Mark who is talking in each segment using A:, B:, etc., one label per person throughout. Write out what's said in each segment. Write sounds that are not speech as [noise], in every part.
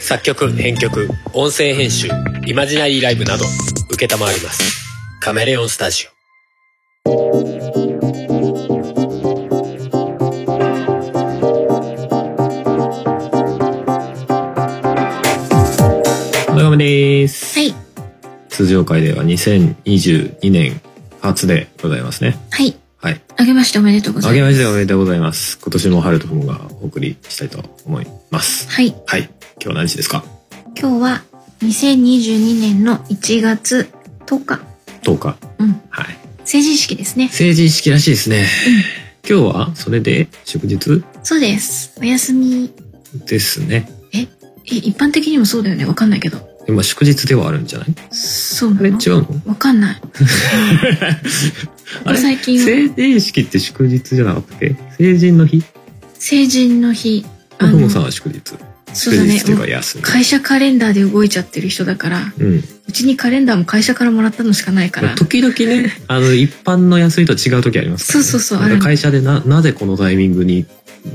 A: 作曲、編曲、音声編集、イマジナリーライブなど、受けたまわります。カメレオンスタジオ。
B: お疲れ様です。
C: はい。
B: 通常会では2022年初でございますね。
C: はい。
B: はい。
C: あげましておめでとうござ
B: あ
C: い
B: け
C: ま
B: ましておめでとうございます。今年も春ともがお送りしたいと思います。
C: す。はい。
B: はい。今日何時ですか
C: 今日は2022年の1月10日。
B: ?10 日。
C: うん。
B: はい。
C: 成人式ですね。
B: 成人式らしいですね。今日はそれで祝日
C: そうです。お休み。
B: ですね。
C: え、一般的にもそうだよね。わかんないけど。
B: でも祝日ではあるんじゃない
C: そう
B: あれ
C: な
B: 違
C: の
B: うの
C: [laughs] わかんない。
B: あれ
C: 最近は
B: 成人式って祝日じゃなかったっけ成人の日
C: 成人の日。
B: あ、ふも
C: の、
B: さんは祝日。
C: そう
B: 祝
C: だね
B: 日って。いう
C: も
B: か
C: う
B: 休み。
C: 会社カレンダーで動いちゃってる人だから、
B: うん。
C: うちにカレンダーも会社からもらったのしかないから。
B: 時々ねあの一般の休みと違う時ありますから、ね、
C: そうそうそう
B: な
C: あ
B: ん
C: る
B: か会社でななぜこのタイミングに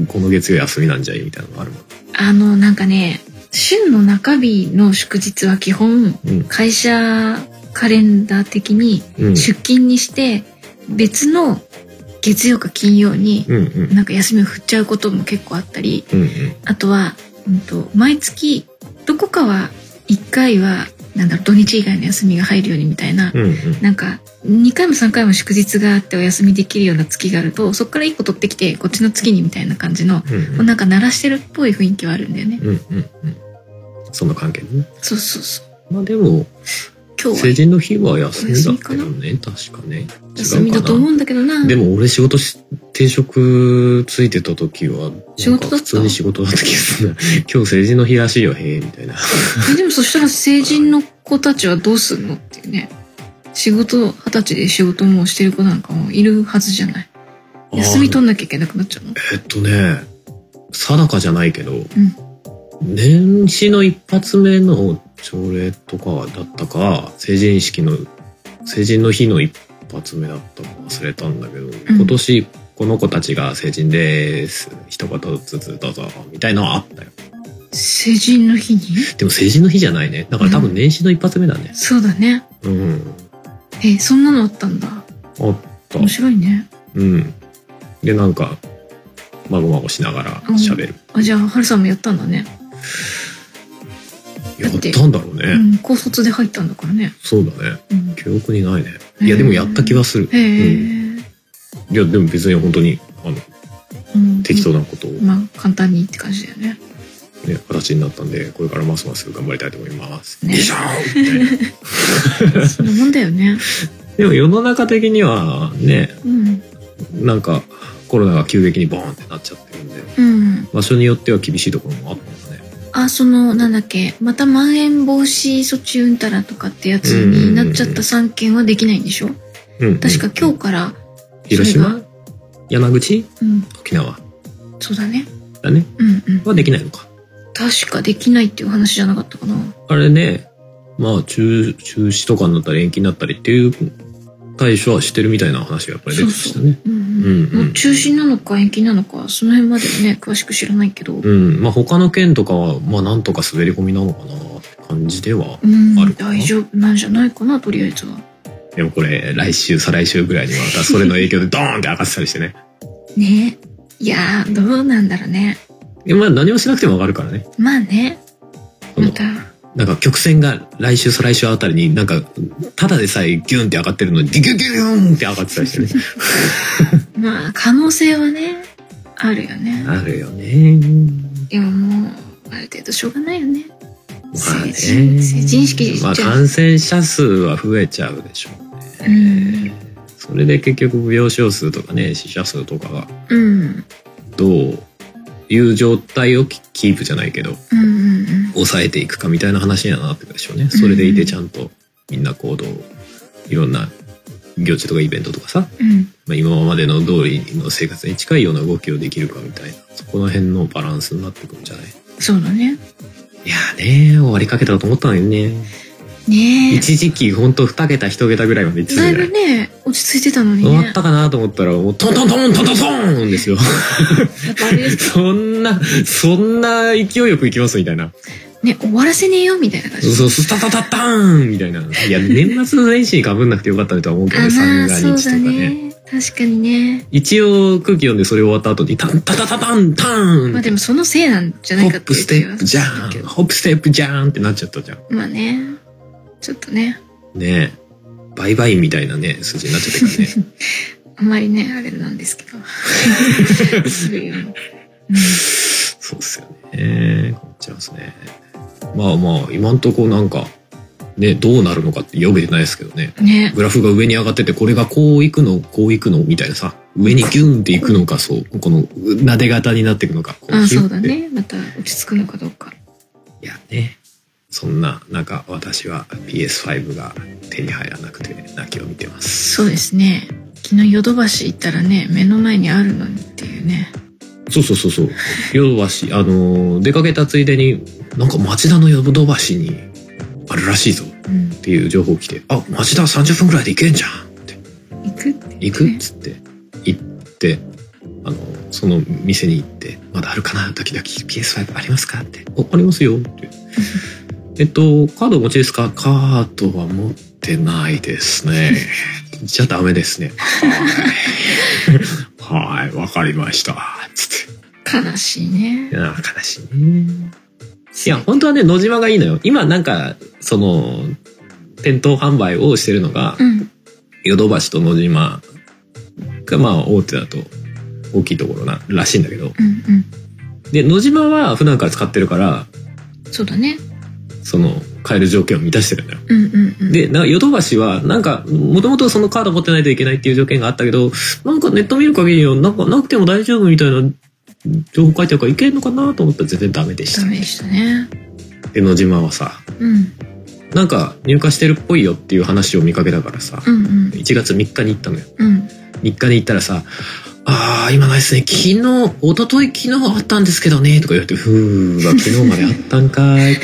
B: この月曜休みなんじゃいみたいなのがあるもん
C: あの、なんかね、週の中日の祝日は基本、
B: うん
C: 会社カレンダー的に
B: うん
C: 出勤にして、別の月曜か金曜に、
B: うんうん
C: なんか休みを振っちゃうことも結構あったり、
B: うんうん
C: あとは、うんと、毎月、どこかは、1回は、なんだろう、土日以外の休みが入るようにみたいな、
B: うんうん
C: なんか、2回も3回も祝日があってお休みできるような月があると、そこから1個取ってきて、こっちの月にみたいな感じの、
B: うん
C: もうなんか鳴らしてるっぽい雰囲気はあるんだよね。
B: うんうんうんそんな関係ね
C: そうそうそう。
B: まあでも
C: 今日
B: 成
C: は
B: 人の日は休みだったよね確かね
C: 休みだと思うんだけどな。
B: でも俺仕事し定職ついてた時はなんか
C: 仕事だった
B: 普通に仕事だった気がするな [laughs] 今日成人の日らしいよへえみたいな
C: えでもそしたら成人の子たちはどうするのっていうね。仕事、二十歳で仕事もうしてる子なんかもいるはずじゃない。休み取んなきゃいけなくなっちゃうの。
B: えっとね定かじゃないけど、年始の一発目の朝礼とかだったか成人式の成人の日の一発目だったか忘れたんだけど、今年この子たちが成人です一言ずつどうぞみたいなのはあったよ
C: 成人の日に
B: でも成人の日じゃないねだから多分年始の一発目だね
C: そうだね。
B: うん、
C: え、そんなのあったんだ。
B: あった
C: 面白いね。
B: うんでなんかまごまごしながら喋る、
C: あ、じゃあ、はるさんもやったんだね。
B: やったんだろうね、
C: うん、高卒で入ったんだからね。
B: そうだね
C: うん。
B: 記憶にないね
C: へー
B: いやでもやった気はする、
C: へ
B: うん
C: え、
B: いやでも別に本当にあの
C: うん。
B: 適当なことを、ね
C: まあ、簡単にって感じだよね。
B: 形になったんでこれからますます頑張りたいと思います、
C: ね
B: よいしょーみたいな
C: そんなもんだよね。
B: でも世の中的にはね
C: うん。
B: なんかコロナが急激にボーンってなっちゃってるんで
C: うん。
B: 場所によっては厳しいところもあったのかね
C: あ、その、なんだっけ、またまん延防止措置うんたらとかってやつになっちゃった3件はできないんでしょ
B: うん、うん
C: 確か今日から、
B: 広
C: そ
B: 島山口
C: うん、
B: 沖縄
C: そうだね。
B: だね
C: うんうん。
B: はできないのか
C: 確かできないっていう話じゃなかったかな。
B: あれねまあ中中止とかになったり延期になったりっていう対処はしてるみたいな話がやっぱり出てましたね
C: うん
B: う
C: うん
B: ん。うん
C: もう中止なのか延期なのか、その辺まではね、詳しく知らないけど。う
B: うん、まあ他の県とかは、まあなんとか滑り込みなのかなって感じでは。あ
C: ん、
B: るかな
C: 大丈夫なんじゃないかな、とりあえずは。
B: でもこれ、来週、再来週ぐらいにはまたそれの影響でドーンって上がってたりしてね。
C: ねいやー、どうなんだろうね。
B: いやまあ何もしなくても上がるからね。
C: まあね、
B: そ
C: ま
B: の
C: た、
B: なんか曲線が来週、再来週あたりになんか、ただでさえギュンって上がってるのに、ギュギュギュンって上がってたりしてね。
C: まあ、可能性はね、あるよね。
B: あるよね。
C: でももう、ある程度しょうがないよね。
B: まあね。
C: 成人成人式じゃ
B: まあ感染者数は増えちゃうでしょ
C: う
B: う
C: ー
B: ね。それで結局病床数とかね、死者数とかが
C: うん。うん。
B: どういう状態をキキープじゃないけど
C: うんうん
B: 抑えていくかみたいな話にはなってくるでしょうねそれでいてちゃんとみんな行動いろんな行事とかイベントとかさ、
C: うん。
B: まあ、今までの通りの生活に近いような動きをできるかみたいなそこの辺のバランスになってくるんじゃない
C: そうだね。
B: いやーね終わりかけたと思ったのにね
C: ね
B: 一時期ほんと2桁1桁ぐらいまでいって
C: え。
B: た
C: だ
B: じゃ
C: い
B: な
C: ぶ
B: い
C: ね、落ち着いてたのに
B: 終わ
C: ね
B: っ。たかなと思ったらもうトントントントントントンですよ [laughs]
C: やっぱあれですか
B: そんなそんな勢いよくいきますみたいな
C: ね、終わらせねえよ、みたいな感じ。
B: そう、スタタタターンみたいな。いや、年末の年始に被んなくてよかったねとは思うけどね、
C: あ
B: 三
C: あ、
B: が
C: そう
B: 日と
C: だ
B: かね。
C: ね。確かにね。
B: 一応空気読んでそれ終わった後に、タンタタタタンターン
C: まあでもそのせいなんじゃない
B: ホ
C: かっ
B: ッ
C: て
B: プ
C: いう
B: ス
C: 気
B: テ
C: は
B: ップじゃー
C: する
B: ん
C: けど
B: ホップステップじゃーんってなっちゃったじゃん。
C: まあね。ちょっとね。
B: ねえ。バイバイみたいなね、数字になっちゃったからね。
C: [laughs] あんまりね、あれなんですけ
B: [laughs]
C: ど。そういうのうん
B: そうっすよね。困っちゃいますね。まあまあ、今んとこなんか、ね、どうなるのかって読めてないですけどね。
C: ね。
B: グラフが上に上がってて、これがこういくの、こういくの、みたいなさ。上にギュンっていくのか、そう。この、撫で型になっていくのか。こ
C: ああ、
B: ヒュッ
C: そう
B: て
C: だ。ね。また落ち着くのかどうか。
B: いやね。そんな、なんか私は PS5 が手に入らなくて泣きを見てます。
C: そうですね。昨日ヨドバシ行ったらね、目の前にあるのにっていうね。
B: そうそうそうそう。ヨドバシ、あのー出かけたついでに、なんか町田のヨドバシにあるらしいぞっ
C: うん。
B: ていう情報来て、あ、町田30分くらいで行けんじゃんって、
C: 行くって
B: 行くっつって、行って、あのーその店に行って、まだあるかなドキドキ PS5 ありますかって。お、ありますよって。えっと、カードお持ちですかカードは持ってないですね。じゃあダメですね。はい。はい、わかりました。つって。
C: 悲しいね。
B: ああ悲しいね。いや、本当はね、野島がいいのよ。今なんか、その、店頭販売をしてるのが
C: う、ん。
B: ヨドバシと野島が、まあ、大手だと、大きいところな、らしいんだけど。
C: うん
B: で、野島は普段から使ってるから、
C: うん。そうだね。
B: その、買える条件を満たしてるんだよ。
C: うんうんうん。
B: で、なヨドバシは、なんか、もともとそのカード持ってないといけないっていう条件があったけど、なんかネット見る限りは、なんかなくても大丈夫みたいな情報書いてあるから、いけんのかなと思ったら全然ダメでし
C: ダ
B: た。
C: メでしたね。
B: で、野島はさ、
C: うん。
B: なんか入荷してるっぽいよっていう話を見かけたからさ、
C: うんうん。
B: 1月3日に行ったのよ。
C: うん。
B: 3日に行ったらさ、あー、今ないですね。昨日、一昨日昨日あったんですけどね、とか言われて、ふーわ、昨日まであったんかーい。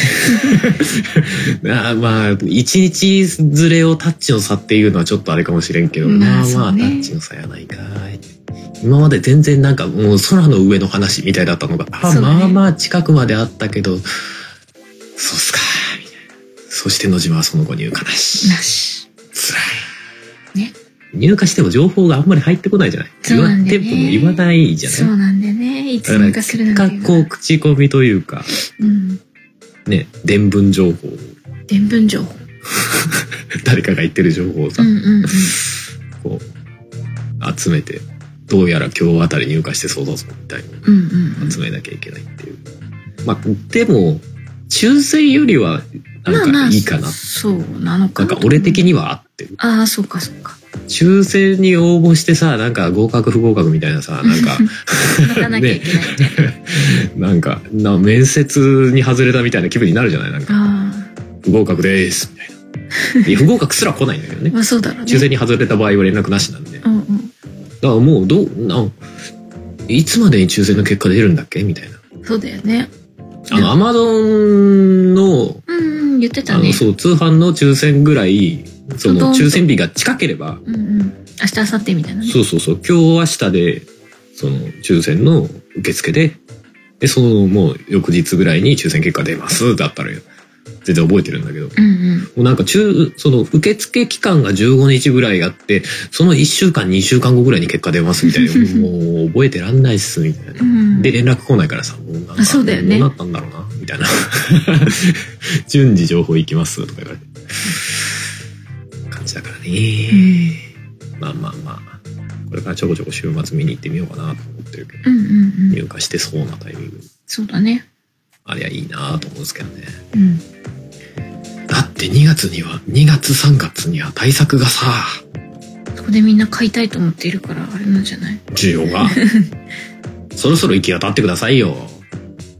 B: [laughs] あーまあ、1日ずれをタッチの差っていうのはちょっとあれかもしれんけど、
C: ま
B: ま
C: あ
B: あま
C: そう
B: あ、
C: ね
B: タッチの差やないかーい。今まで全然なんかもう空の上の話みたいだったのが、あ
C: そう
B: ー
C: ね
B: まあまあ近くまであったけど、そうっすかー、みたいな。そして野島はその後入荷なし。
C: なし。
B: 辛い。
C: ね。
B: 入荷しても情報があんまり入ってこないじゃない。
C: そうなんだよね
B: 言わ店舗も言わないじゃ
C: そ
B: な
C: う
B: い。
C: なんだよね。いつ
B: だから
C: 入荷するの
B: 結
C: か
B: 果。こう口コミというか
C: うん。
B: ね伝聞情報
C: 伝聞情報。
B: 誰かが言ってる情報を
C: う
B: さ、
C: んうんうん。
B: こう集めてどうやら今日あたり入荷してそうだぞみたいな
C: うんうんう
B: のを
C: ん。
B: 集めなきゃいけないっていう。まあでも中水よりはなんかいいかな。
C: そうなのか
B: なんか俺的。には合ってる。
C: ああ、そうかそうか。
B: 抽選に応募してさ、なんか合格不合格みたいなさ、なん
C: [laughs]
B: か、
C: 泣かなきゃいけないみたいな。
B: なんか、な面接に外れたみたいな気分になるじゃないなんか、
C: あ
B: 不合格でーす、みたいな。いや不合格すら来ないんだけど
C: あ、
B: ね
C: ま。あそうだろうね。
B: 抽選に外れた場合は連絡なしなんで。だか
C: うんうん。
B: らもう、どう、なん、いつまでに抽選の結果出るんだっけみたいな。
C: そうだよね。
B: あの、アマゾンの、
C: うんうん、言って
B: あ
C: た
B: の、
C: ね。
B: そう、通販の抽選ぐらい、そ
C: ど
B: の、
C: んどん
B: 抽選日が近ければ、
C: うんうん。明日、明後日みたいなね。
B: そうそうそう、今日明日で、その、抽選の受付で、で、その、もう、翌日ぐらいに抽選結果出ます、だったら、全然覚えてるんだけど、
C: うんうん。
B: もうなんか中、その受付期間が15日ぐらいあって、その1週間、2週間後ぐらいに結果出ますみ
C: [laughs]
B: たいな、もう覚えてらんないっすみたいな
C: う。ん、
B: で、連絡来ないからさ、もうなんか、
C: あそうだよね
B: どうなったんだろうな、みたいな。 [laughs] 順次情報行きますとか言われて。感じだからね。まあまあまあ、これからちょこちょこ週末見に行ってみようかなと思ってるけど、
C: うんうんうん。
B: 入荷してそうなタイミング、
C: そうだね。
B: ありゃいいなと思うんですけどね。
C: うん。
B: だって2月には、2月3月には対策がさ、
C: そこでみんな買いたいと思っているから、あれなんじゃない
B: 需要
C: [laughs]
B: が。そろそろ行き渡ってくださいよ。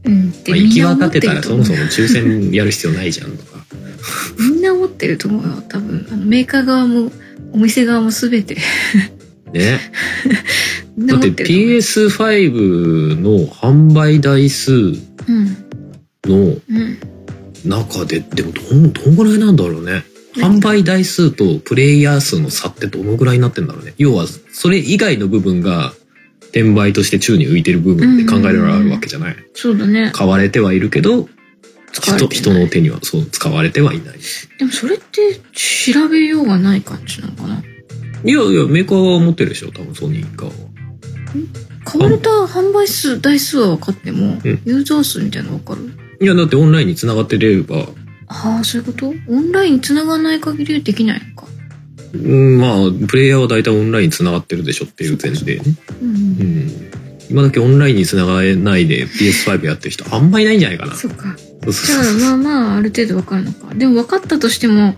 C: うん。って
B: まあ
C: み
B: 行
C: ん
B: き
C: な思
B: 渡
C: っ
B: ってて
C: る
B: たら
C: と
B: そ
C: 思
B: も
C: う
B: そ。も抽選やる必要ないじゃんと
C: [laughs]
B: か。
C: みんな思ってると思うよ、多分。あの、メーカー側も、お店側もすべて。
B: ね。
C: みん
B: だ
C: な
B: っ
C: 思
B: て
C: ってると思う。
B: PS5 の販売台数
C: うん。
B: の
C: うん。
B: 中で、でもどん、どんぐらいなんだろうね。販売台数とプレイヤー数の差ってどのぐらいになってんだろうね。要は、それ以外の部分が、転売として宙に浮いてる部分って考えられるわけじゃない。
C: そうだね。
B: 買われてはいるけど、
C: 使われ
B: 人
C: て
B: 人
C: ない
B: の手にはそう使われてはいない。
C: でもそれって調べようがない感じなのかない
B: やいや、メーカーは持ってるでしょ、多分ソニー側は。
C: 買われた販売数台数は分かっても、
B: うん
C: ユーザー数みたいなの分かる
B: いや、だってオンラインに繋がってれば、
C: ああそういうことオンラインに繋がない限りはできないのか
B: うん、まあ、プレイヤーは大体オンラインに繋がってるでしょっていう前提ね。
C: うん、
B: う。
C: うん
B: 今だけオンラインに繋がれないで PS5 やってる人あんまりいないんじゃないかな。
C: そっか
B: そうそう
C: じ
B: そうそう
C: ゃあまあまあある程度分かるのかでも分かったとしても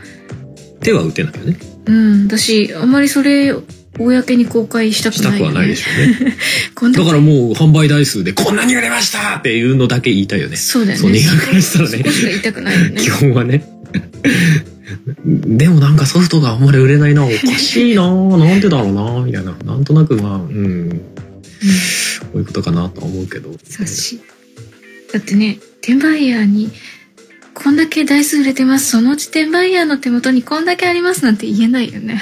B: 手は打てないよね。
C: うんだしあまりそれ公に公開したく
B: した
C: ない
B: く
C: よ、
B: は
C: ね、
B: ないでしょうね。
C: こんな
B: だからもう販売台数でこんなに売れましたっていうのだけ言いたいよね。
C: そうだよね
B: ソニー側からしたら
C: そこしか
B: ね、
C: 言いたくないよ
B: [laughs]
C: ね
B: 基本はね。でもなんかソフトがあんまり売れないな、おかしいな、なんでだろうな、みたいな。なんとなくまあ、うん、
C: うん
B: こういうことかなとは思うけど。
C: 察しだってね転売ヤーにこんだけ台数売れてますそのうち転売ヤーの手元にこんだけありますなんて言えないよね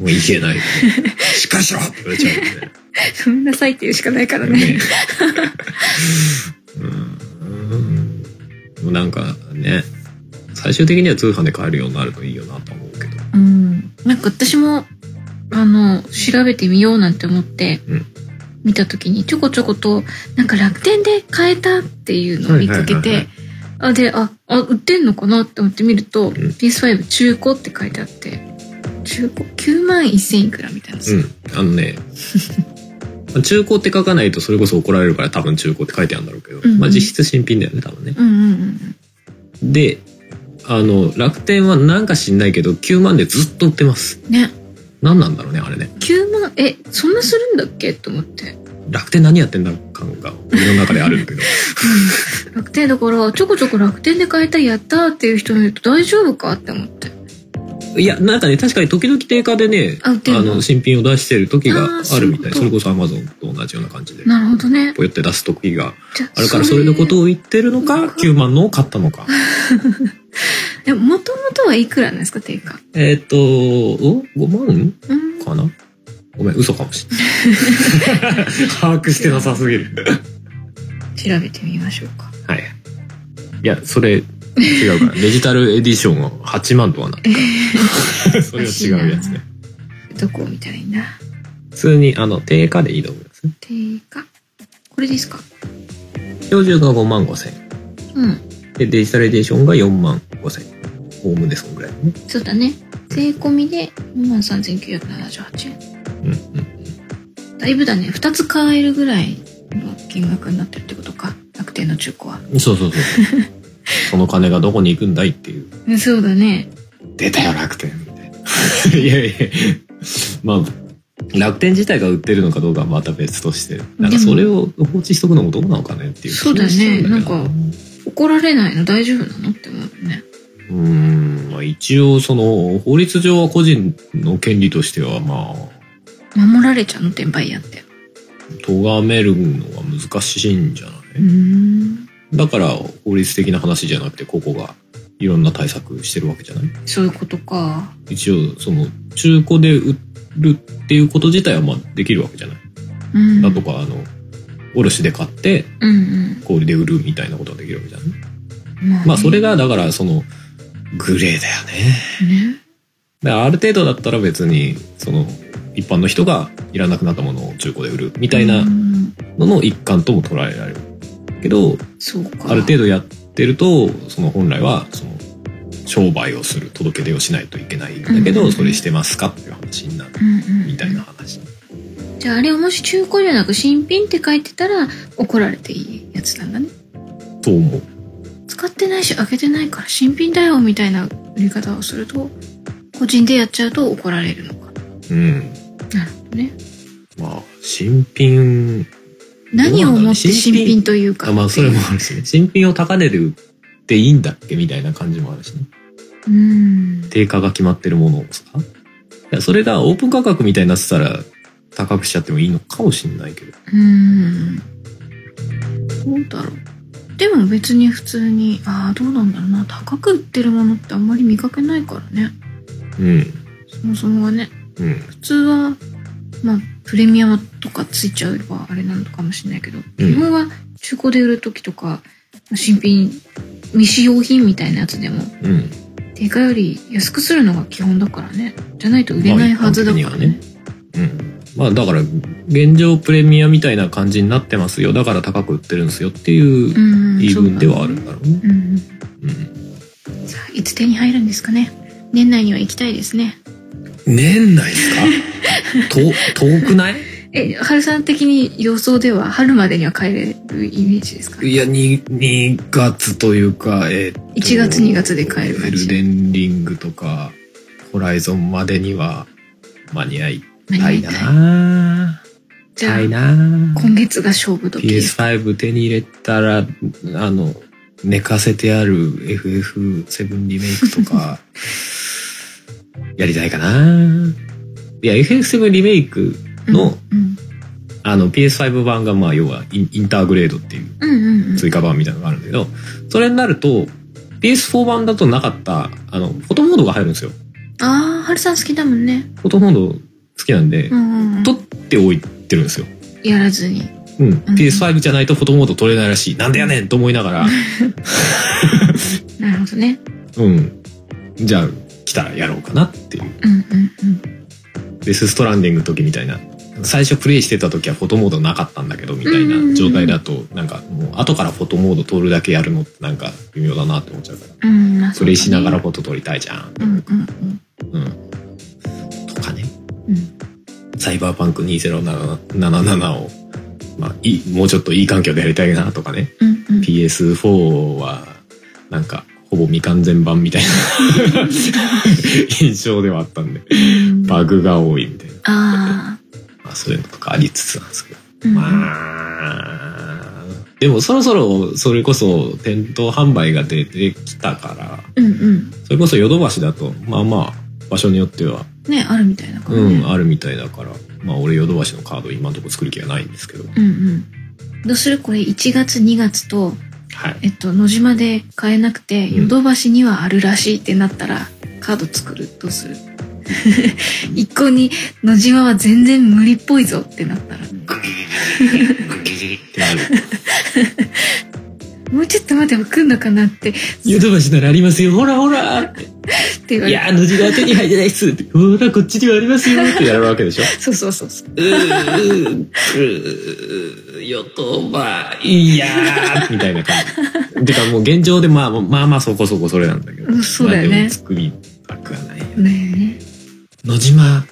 B: もういけないよね。しっかりしろって言われちゃうよね。
C: ごめんなさいって言うしかないからね
B: うん。もうなんかね、最終的には通販で買えるようになるといいよなと思うけど。
C: うんなんか私もあの調べてみようなんて思って、
B: うん
C: 見た時にちょこちょことなんか楽天で買えたっていうのを見かけ
B: はいはいはいはい
C: てあでああ売ってんのかなって思って見ると、PS5 中古って書いてあって中古9万1000いくらみたいなさ、
B: うん。あのね、中古って書かないとそれこそ怒られるから多分中古って書いてあるんだろうけど、
C: んうん
B: まあ実質新品だよね、多分ね。
C: うんうんうん
B: で、あの、楽天はなんか知んないけど、9万でずっと売ってます。
C: うんね
B: 何なんだろうね、あれね。
C: 9万えそんなするんだっけと思って
B: 楽天何やってんだ感が俺の中であるんだ
C: [laughs]
B: けど。
C: 楽天だからちょこちょこ楽天で買えたやったーっていう人見ると大丈夫かって思って
B: いや、なんかね、確かに時々定価でね、
C: あ
B: あ
C: 売ってるの
B: の、新品を出してる時があるみたい。
C: あーそ
B: そう
C: い
B: れこ
C: うこ
B: そ Amazon と同じような感じで、
C: なるほどね
B: ぽよって出す時が
C: じゃ
B: あるから、それのことを言ってるのか、9万のを買ったのか。
C: でもともとはいくらなんですか定価
B: えっと、お ?5 万
C: うん
B: かなごめん、嘘かもしれ
C: [laughs]
B: ない。把握してなさすぎる。
C: 調べてみましょうか
B: はい。いや、それ、違う [laughs] から。デジタルエディションは8万とはなって [laughs] から。それは違うやつね。
C: どこを見たらいいんだ
B: 普通に、あの、定価でいいと思いますね。
C: 定価これですか
B: 標準が5万5千
C: うん
B: で、デジタルエディションが4万5千おおむねそんぐらいね。
C: そうだね税込みで2万3978円
B: うんうん。
C: だいぶだね2つ買えるぐらいの金額になってるってことか楽天の中古は
B: そうそうそうそう。 [laughs] その金がどこに行くんだいっていう。
C: うんそうだね
B: 出たよ、楽天みたいな。 [laughs] いやいやまあ、楽天自体が売ってるのかどうかはまた別として。なん
C: で
B: か
C: も
B: それを放置しとくのもどうなのかねっていう気もしちゃだけど
C: そうだねなんか怒られないの大丈夫なのって思うね
B: うーん、まあ一応その、法律上は個人の権利としては、まあ、
C: 守られちゃうの転売屋って
B: 咎めるのが難しいんじゃない、
C: ん
B: だから法律的な話じゃなくて個々がいろんな対策してるわけじゃない
C: そういうことか
B: 一応その中古で売るっていうこと自体はまあできるわけじゃない、
C: うん
B: だとかあの卸で買って
C: うん
B: 小売で売るみたいなことができるわけじゃない、
C: うんまあね
B: まあそれがだからそのグレーだよね
C: ね
B: だからある程度だったら別にその一般の人がいらなくなったものを中古で売るみたいうなんのの一環とも捉えられるけど
C: そうか
B: ある程度やってるとその本来はその商売をする届け出をしないといけないんだけど、
C: うんうんうん
B: それしてますかっていう話になる
C: うんうん
B: みたいな話、
C: じゃああれをもし中古じゃなく新品って書いてたら怒られていいやつなんだね
B: と思う
C: 使ってないし開けてないから新品だよみたいな売り方をすると個人でやっちゃうと怒られるのか
B: うん
C: なるほどね
B: まあ新品
C: 何をもって
B: 新
C: 新
B: 品
C: 品というか
B: あまあそれもあるしね新品を高値で売っていいんだっけみたいな感じもあるしね
C: うん
B: 定価が決まってるものをさいやそれがオープン価格みたいになってたら高くしちゃってもいいのかもしんないけど
C: うーんどうだろうでも別に普通にああどうなんだろうな高く売ってるものってあんまり見かけないからね
B: うん
C: そもそもがね
B: うん
C: 普通はまあプレミアムとかついちゃえばあれなのかもしれないけど、
B: うん
C: 基本は中古で売る時とかまあ新品未使用品みたいなやつでも
B: うん。
C: 定価より安くするのが基本だからねじゃないと売れないはずだから
B: まあ一般的う
C: ね,、
B: ん。まあだから、現状プレミアみたいな感じになってますよ。だから高く売ってるんですよっていう
C: うん
B: 言い分ではある
C: そ
B: んだろうね。
C: うだねうん
B: うん。
C: さあいつ手に入るんですかね年内には行きたいですね
B: 年内ですか [laughs] と、遠くない
C: え春さん的に予想では春までには帰れるイメージですか
B: いや、に2、月というか、えーっと
C: 1月2月で買える
B: エ
C: 感
B: ル
C: じ
B: デンリングとか、ホライゾンまでには間に合いたい
C: 何が言いたい
B: な
C: じゃあ
B: たいな
C: 今月が勝負時
B: PS5 手に入れたら、あの、寝かせてある FF7 リメイクとか、やりたいかないや、FF7 リメイクの、
C: うん
B: あの PS5 版が、まあ、要はインインターグレードっていう
C: うん、うんうんうん
B: 追加版みたいなのがあるんだけど、それになると、PS4 版だとなかった、あの、フォトモードが入るんですよ。
C: ああ春さん好きだもんね
B: フォトモード好きなんで
C: う、ん、うん、
B: 撮っておいてるんですよ。
C: やらずに
B: うん。PS5 じゃないとフォトモード撮れないらしい。なんでやねんと思いながら、
C: なるほどね
B: うん。じゃあ、来たらやろうかなっていう。
C: うんうんうん
B: デスストランディングの時みたいな。最初プレイしてた時はフォトモードなかったんだけどみたいな状態だとなんかもう後からフォトモード撮るだけやるのってなんか微妙だなって思っちゃうから
C: うんまあ
B: プレイしながらフォト撮りたいじゃん
C: うんうんうん
B: うん。とかね。
C: うん
B: サイバーパンク2077を、まあ、いいもうちょっといい環境でやりたいなとかね。
C: うんうん
B: PS4 は、なんか、ほぼ未完全版みたいな [laughs] 印象ではあったんで、
C: うん
B: バグが多いみたいな。
C: あ
B: まあ、そういうのとかありつつなんですけど。
C: あ、うん
B: まあ、でもそろそろ、それこそ、店頭販売が出てきたから、
C: うんうん
B: それこそヨドバシだと、まあまあ、場所によっては
C: ねあるみたいな感じ、
B: うん、あるみたいだから。まあ、俺、ヨドバシのカード今のとこ作る気がないんですけど。
C: うんうんどうするこれ1月2月と、
B: はい。
C: えっと、野島で買えなくて
B: うん
C: ヨドバシにはあるらしいってなったらカード作るどうする [laughs] 一向に野島は全然無理っぽいぞってなったら
B: ってなる。
C: もうちょっと待てば来んのかなってっ
B: [laughs] ヨドバシならありますよ、ほらほらって
C: て言わ
B: い
C: れ
B: や、
C: て
B: あの字が手に入ってないっすってほら、こっちにはありますよってやるわけでしょ。
C: そうそうそうそう
B: うー、うー、ヨドバ、いやーみたいな感じ。てか、もう現状でまあ、まあまあそこそこそれなんだけ
C: う
B: ど。
C: んそうだよね
B: まあでも作りたくはないよ。
C: ね
B: 野島、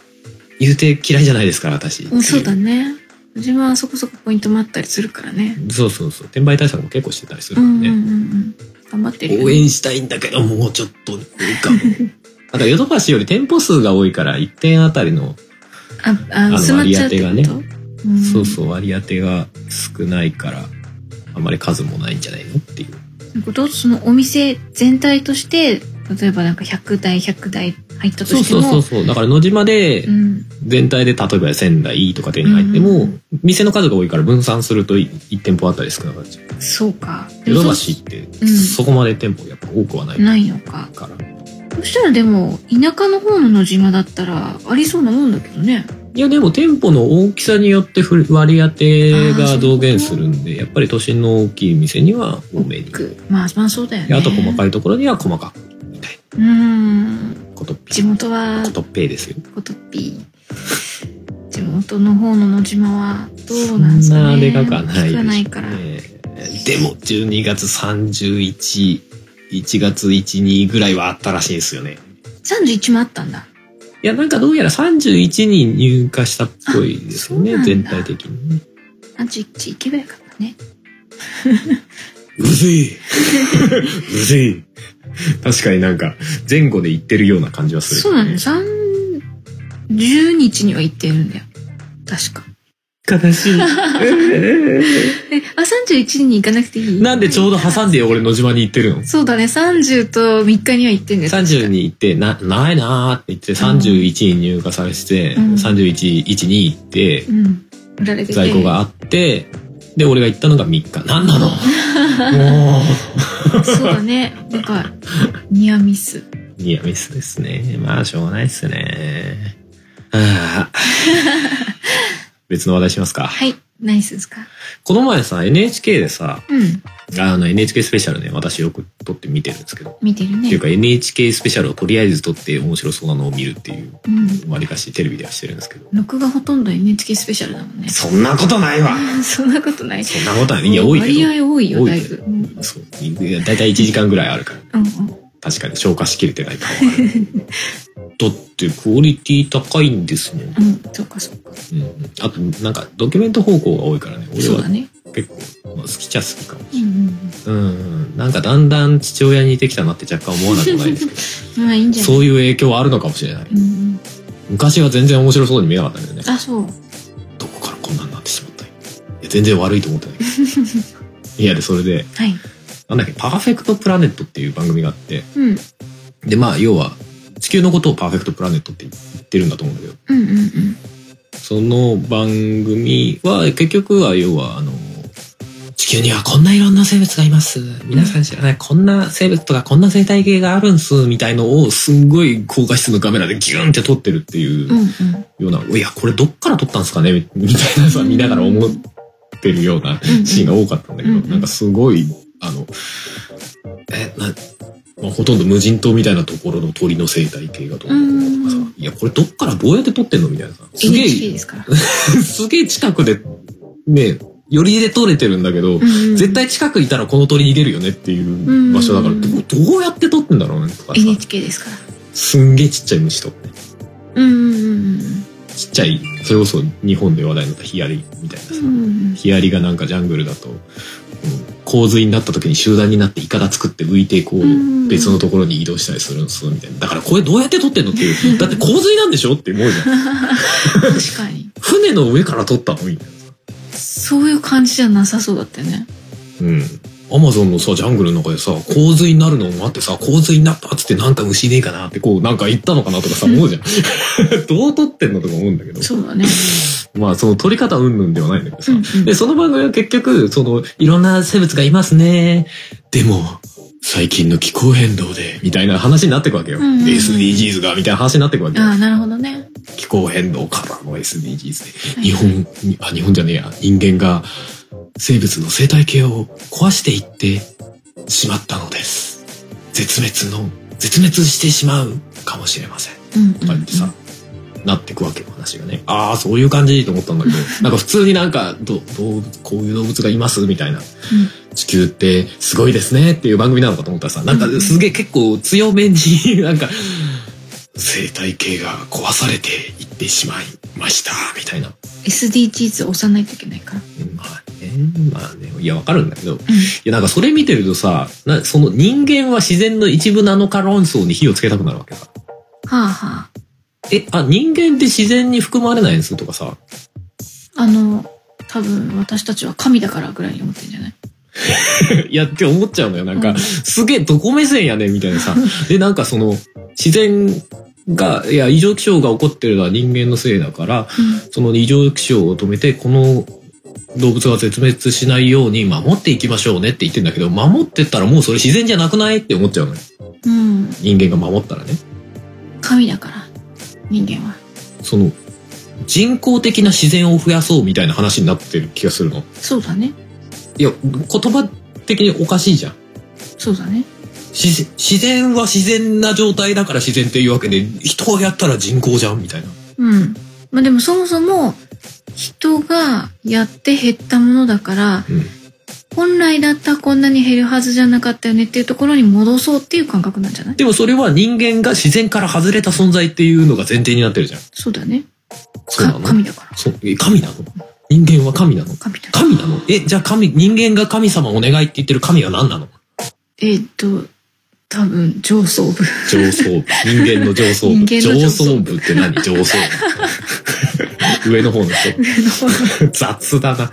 B: 言うて嫌いじゃないですから、私。
C: えそうだね野島はそこそこポイントもあったりするからね
B: そうそうそう。転売対策も結構してたりする
C: う
B: もん
C: んうん
B: ね。
C: うんうん頑張ってるよ
B: 応援したいんだけど、もうちょっと多いかも。 [laughs] あと、ヨドバシより店舗数が多いから、1点あたりの、
C: ああ
B: の
C: 薄まっちゃうってこと、
B: 割り当
C: うん、
B: そうそう、割り当てが少ないから、あんまり数もないんじゃないのっていう。
C: なんかどうそのお店全体として例えばなんか100台100台入ったと
B: そう
C: して
B: そ
C: も
B: うそうそう。だから、野島で
C: う、ん
B: 全体で、例えば仙台とか手に入って
C: うんう
B: も
C: ん、
B: 店の数が多いから分散すると1店舗あたり少なくなっちゃう。
C: そうか
B: ヨドバ
C: そ
B: シって
C: う、ん
B: そこまで店舗やっぱ多くはないう
C: ないのか
B: から。
C: そしたらでも田舎の方の野島だったらありそうなもんだけどね
B: いやでも店舗の大きさによってふ割り当てが増減するんでやっぱり都心の大きい店には多めに
C: くまあまあそうだよ
B: で
C: ね
B: あと細か
C: い
B: いところには細かくみたいう
C: ーん
B: なことっぴ
C: 地元は
B: ことっぺいですよ
C: ことっぴー地元の方の野島はどうなんですかね
B: そんなでかくはない
C: 大
B: で
C: き
B: しょ
C: く
B: う
C: ないから、
B: ねでも12月311 1月12ぐらいはあったらしいですよね
C: 31もあったんだ
B: いやなんかどうやら31に入荷したっぽいですよ
C: あ
B: ね
C: そうなん
B: 全
C: だ
B: 体的にね
C: 31行けばよかったね
B: うぜえ
C: [laughs]
B: うぜえ確かになんか前後で言ってるような感じはする、
C: そうなの3 10日には行ってるんだよ確か
B: 悲
C: [laughs]
B: しい。
C: えあ31に行かなくていい
B: なんでちょうど挟んでよ俺野島に行ってるの
C: そうだね30と3日には行ってんだよ
B: ?30 に行って、な、ないなーって言って、31に入荷されて、
C: うん
B: 31、1に行って、
C: うん売られてて
B: 在庫があって、で、俺が行ったのが3日。なんなの [laughs] も
C: そうだねなんかニアミス
B: う、ニアミスですね。まあ、しょうがないっ [laughs] すね。はあ別の話題しますか。
C: はい何するんですか
B: この前さ、NHK でさ、
C: うん。
B: あの NHK スペシャルね、私よく撮って見てるんですけど、
C: 見てる
B: って
C: ね
B: いう。か NHK スペシャルをとりあえず撮って面白そうなのを見るっていう、
C: うん。
B: わりかしテレビではしてるんですけど。
C: 録画ほとんど NHK スペシャルだもんね。
B: そんなことないわ
C: そんなことない。
B: そんなことない。いや、多いけど。
C: 割合多いよ、
B: 多い
C: だい
B: け
C: ぶ。
B: ど
C: うんうん
B: そう。いやだいたい1時間ぐらいあるから。
C: うん。
B: 確かに消化しきれてない感はある。だってクオリティ高いんですもん。 [laughs]
C: うん、そうかそうか。
B: うん、あとなんかドキュメント方向が多いからね俺
C: そうだ
B: は
C: ね。
B: 結構、まあ、好きちゃ好きかも
C: うんうん
B: うん、うん、なんかだんだん父親に似てきたなって若干思わなくもないですけど
C: うん。まあいいんじゃない
B: そういう影響はあるのかもしれない
C: うんうん。
B: 昔は全然面白そうに見えなかったんだよね
C: あ、そう。
B: どこからこんなんなってしまったんやいや全然悪いと思ってないいやでそれで
C: はい。
B: なんだっけ「パーフェクトプラネット」っていう番組があって
C: うん。
B: でまあ要は地球のことをパーフェクトプラネットって言ってるんだと思うんだけど
C: うんうんうん。
B: その番組は結局は要はあの地球にはこんないろんな生物がいます皆さん知らないこんな生物とかこんな生態系があるんすみたいのをすんごい高画質のカメラでギュンって撮ってるっていう
C: うん
B: よ
C: うん。
B: うな、いやこれどっから撮ったんすかねみみたいなさ見ながら思ってるような
C: うんうん
B: シーンが多かったんだけど、
C: うんうん
B: なんかすごいあのえなまあほとんど無人島みたいなところの鳥の生態系がどうこうとかさ、
C: うん
B: いやこれどっからどうやって撮ってんのみたいなさすげえ [laughs]
C: NHK ですから。
B: すげえ近くで、ね、寄りで撮れてるんだけど、絶
C: 絶
B: 対近くいたらこの鳥逃げるよねっていう場所だから、
C: うん
B: どどうやって撮ってんだろうねとかさ、
C: NHK ですから。
B: すんげえちっちゃい虫とかね、
C: うんうんうん
B: ちっちゃい、それこそ日本で話題になったヒアリみたいなさ、
C: うんうん
B: ヒアリがなんかジャングルだと、うん洪水になった時に集団になってイカダ作って浮いてこう、
C: うん
B: 別のところに移動したりするんですみたいな。だからこれどうやって撮ってんのっていう、だって洪水なんでしょって思うじゃん。
C: 確かに
B: 船の上から撮ったのみたいな。
C: そういう感じじゃなさそうだったよね
B: うん。アマゾンのさ、ジャングルの中でさ、洪水になるのを待ってさ、洪水になったっつってなんか虫ねえかなってこう、なんか言ったのかなとかさ、思うじゃん。どう撮ってんのとか思うんだけど。
C: そうだね
B: まあ、その撮り方うんぬんではないんだけどさ。
C: うんうん
B: で、その番組は結局、その、いろんな生物がいますね。でも、最近の気候変動で、みたいな話になってくわけよ。
C: うんうんうん
B: SDGs が、みたいな話になってくわけよ
C: あ。あなるほどね
B: 気候変動からの SDGs
C: は
B: で、
C: い
B: 日本、にあ、日本じゃねえや、人間が生物の生態系を壊していってしまったのです。絶滅の、絶滅してしまうかもしれません。
C: うん
B: とか言
C: う
B: っ
C: ん
B: てさ、なってくわけよ、話がね。ああ、そういう感じと思ったん [laughs] だけど、なんか普通になんか、ど動物、こういう動物がいますみたいな。地球ってすごいですねっていう番組なのかと思ったらさ、なんかすげえ結構強めに、 [laughs] なんか、生態系が壊されていってしまいました、みたいな。
C: SDGs を押さないといけないから
B: まあね、まあね、いや、わかるんだけど、いや、なんかそれ見てるとさ、なその人間は自然の一部なのか論争に火をつけたくなるわけさ。
C: はあは
B: え、あ、人間って自然に含まれないんですとかさ、
C: ああの多分私たちは神だからぐらいに思ってんじゃない
B: いやって思っちゃうのよ。なん
C: う
B: か、
C: ん
B: すげえどこ目線やねんみたいなさ。で、なんかその、自然が、いや、異常気象が起こってるのは人間のせいだから、その異常気象を止めて、この動物が絶滅しないように守っていきましょうねって言ってんだけど、守ってったらもうそれ自然じゃなくないって思っちゃうのよ。
C: うん、うん、
B: 人間が守ったらね。
C: 神だから人間は
B: その、人工的な自然を増やそうみたいな話になってる気がするの。
C: そうだね
B: いや、言葉的におかしいじゃん。
C: そうだね
B: 自自然は自然な状態だから自然っていうわけで人がやったら人工じゃんみたいな
C: うんまあでもそもそも人がやって減ったものだから
B: うん
C: 本来だったらこんなに減るはずじゃなかったよねっていうところに戻そうっていう感覚なんじゃない
B: でもそれは人間が自然から外れた存在っていうのが前提になってるじゃん
C: そうだね。
B: そうな
C: か
B: の
C: 神だから。
B: そうえ神なの人間は神なの
C: 神だから。
B: 神なのえじゃあ神人間が神様お願いって言ってる神は何なの
C: えーっと、多分、上層部。
B: 上層部人間の上層部
C: 人間の
B: 上
C: 上層部
B: 層部って何上層部 [laughs] 上の方の人
C: 上の方の
B: 雑だな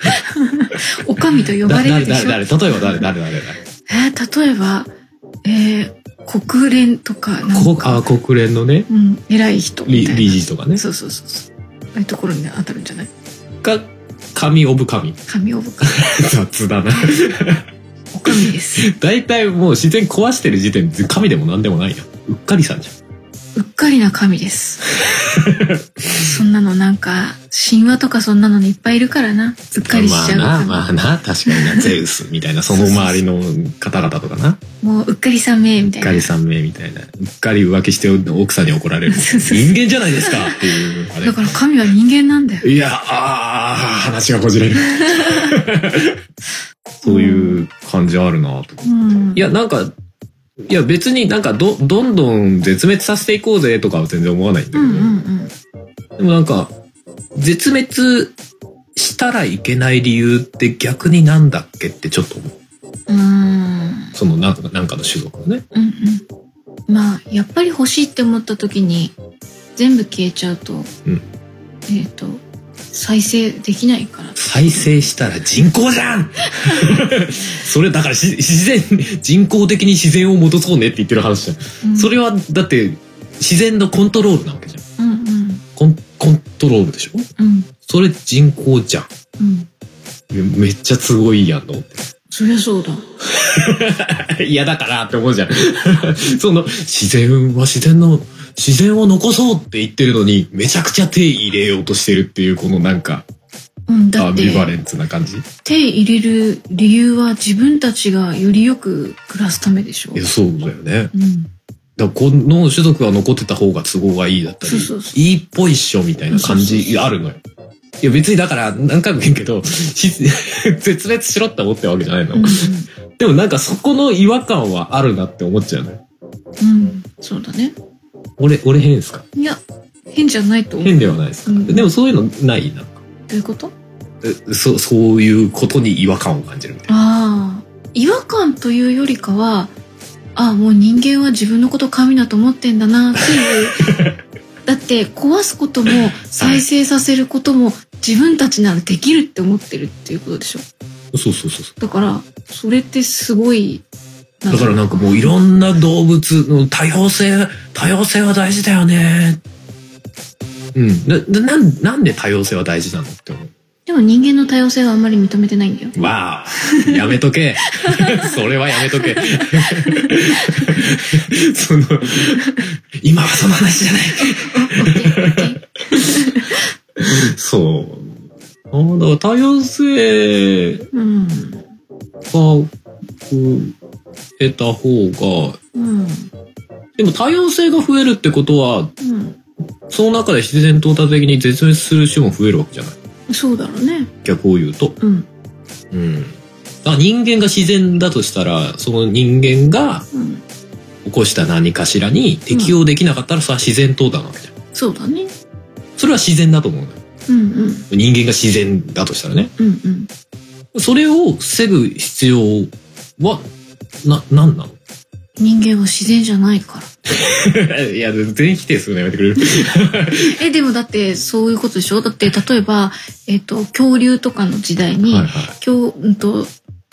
C: お神と呼ばれ
B: 誰
C: るでし
B: 誰
C: ょ。
B: 誰例えば誰誰誰誰
C: えー例えば、えー国連とか、なん
B: こ
C: か、
B: あ国連のね
C: うん、偉い人み
B: 理
C: たいな。
B: 理事とかね
C: そうそうそうそう。ああいうところに当たるんじゃない
B: が神オブ神 [laughs]
C: 神をか。
B: 雑だな
C: お神です。
B: [laughs] 大体もう自然壊してる時点で神でも何でもないやうっかりさんじゃん
C: ううっかりな神です。そんなのなんか、神話とかそんなのにいっぱいいるからな。うっかりしちゃう
B: まあな、
C: 神。
B: まあな、確かにな、ゼウスみたいな、その周りの方々とかな、
C: もううっかりさめ、み
B: う
C: た
B: っか
C: い
B: り
C: な。
B: 三名みたいな、うっかり浮気して奥さんに怒られる。
C: そうそう
B: 人間じゃないですかっていう、あ
C: だか
B: れ。
C: ら神は人間なんだよ。
B: いや、あー話がこ
C: [laughs]
B: じれる。そういう感じあるなと。
C: うん。
B: いや、なんか、いや別になんかど、どんどん絶滅させていこうぜとかは全然思わないんだけ
C: う
B: ど、
C: んうんうん。
B: でもなんか、絶滅したらいけない理由って逆になんだっけってちょっと思う。
C: うーん。
B: そのなんかなんかの種族のね。
C: うんうん。まあ、やっぱり欲しいって思った時に、全部消えちゃうと、
B: ん
C: えっ、と、再生できないから。
B: 再生したら人口じゃん [laughs] それだからし自然、人工的に自然を戻そうねって言ってる話じゃん。
C: うん、
B: それはだって自然のコントロールなわけじゃん。
C: うんうん。
B: コンコントロールでしょ
C: うん
B: それ人口じゃん。
C: うん。
B: いやめっちゃ都合いいやんと思って。
C: そりゃそう
B: [laughs]
C: だ。
B: いやだからって思うじゃん。 [laughs] その、自然は自然の、自然を残そうって言ってるのに、めちゃくちゃ手入れようとしてるっていう、このなんか、
C: うん、だ
B: ア
C: っ
B: ビバレ
C: て、
B: ンツな感じ。い
C: 手入れる理由は自分たちがよりよく暮らすためでしょ。
B: や、そうだよね。
C: うん。
B: だからこの種族は残ってた方が都合がいいだったり、
C: そうそうそ
B: いいっぽいっしょみたいな感
C: そうそう
B: じあるのよ。いや別にだから何回も言うけど、し [laughs] 絶滅しろって思ってるわけじゃないの。
C: うん
B: でもなんかそこの違和感はあるなって思っちゃうのよ。
C: うん、うん。そうだね。
B: 俺、俺変ですか
C: いや、変じゃないと思う。
B: 変ではないですか、
C: うん
B: でもそういうのないな。
C: どういうこと
B: えそそういうことに違和感を感じるみたいな。
C: ああ。違和感というよりかは、ああ、もう人間は自分のこと神だと思ってんだなっていう。
B: [laughs]
C: だって、壊すことも再生させることも自分たちならできるって思ってるっていうことでしょ。
B: そうそうそうそ
C: だから、それってすごい。
B: う。だからなんかもういろんな動物の多様性、多様性は大事だよね。うん。な、な、なんなんで多様性は大事なのって思う。
C: でも人間の多様性はあんまり認めてない
B: [laughs]
C: んだよ。
B: わあ、やめとけ。 [laughs] それはやめとけ。 [laughs] その、今はその話じゃない。そう。あだから多様性
C: うん。
B: が、こう、得た方が
C: うん。
B: でも多様性が増えるってことは、
C: うん。
B: その中で自然淘汰的に絶滅する種も増えるわけじゃない。
C: そうだろうね。
B: 逆を言うと。
C: うん。
B: うん。だから人間が自然だとしたら、その人間が
C: うん。
B: 起こした何かしらに適応できなかったら、それは自然淘汰なわけじゃん。
C: そうだね。
B: それは自然だと思うのよ。
C: うんうん。
B: 人間が自然だとしたらね。
C: うんうん。
B: それを防ぐ必要は、な、なんなの
C: 人間は自然じゃないから。
B: [laughs] いや、全否定するのやめてくれる。
C: え、でもだってそういうことでしょだって例えば、えっ、と、恐竜とかの時代に、
B: はいはい。
C: 恐、うんと、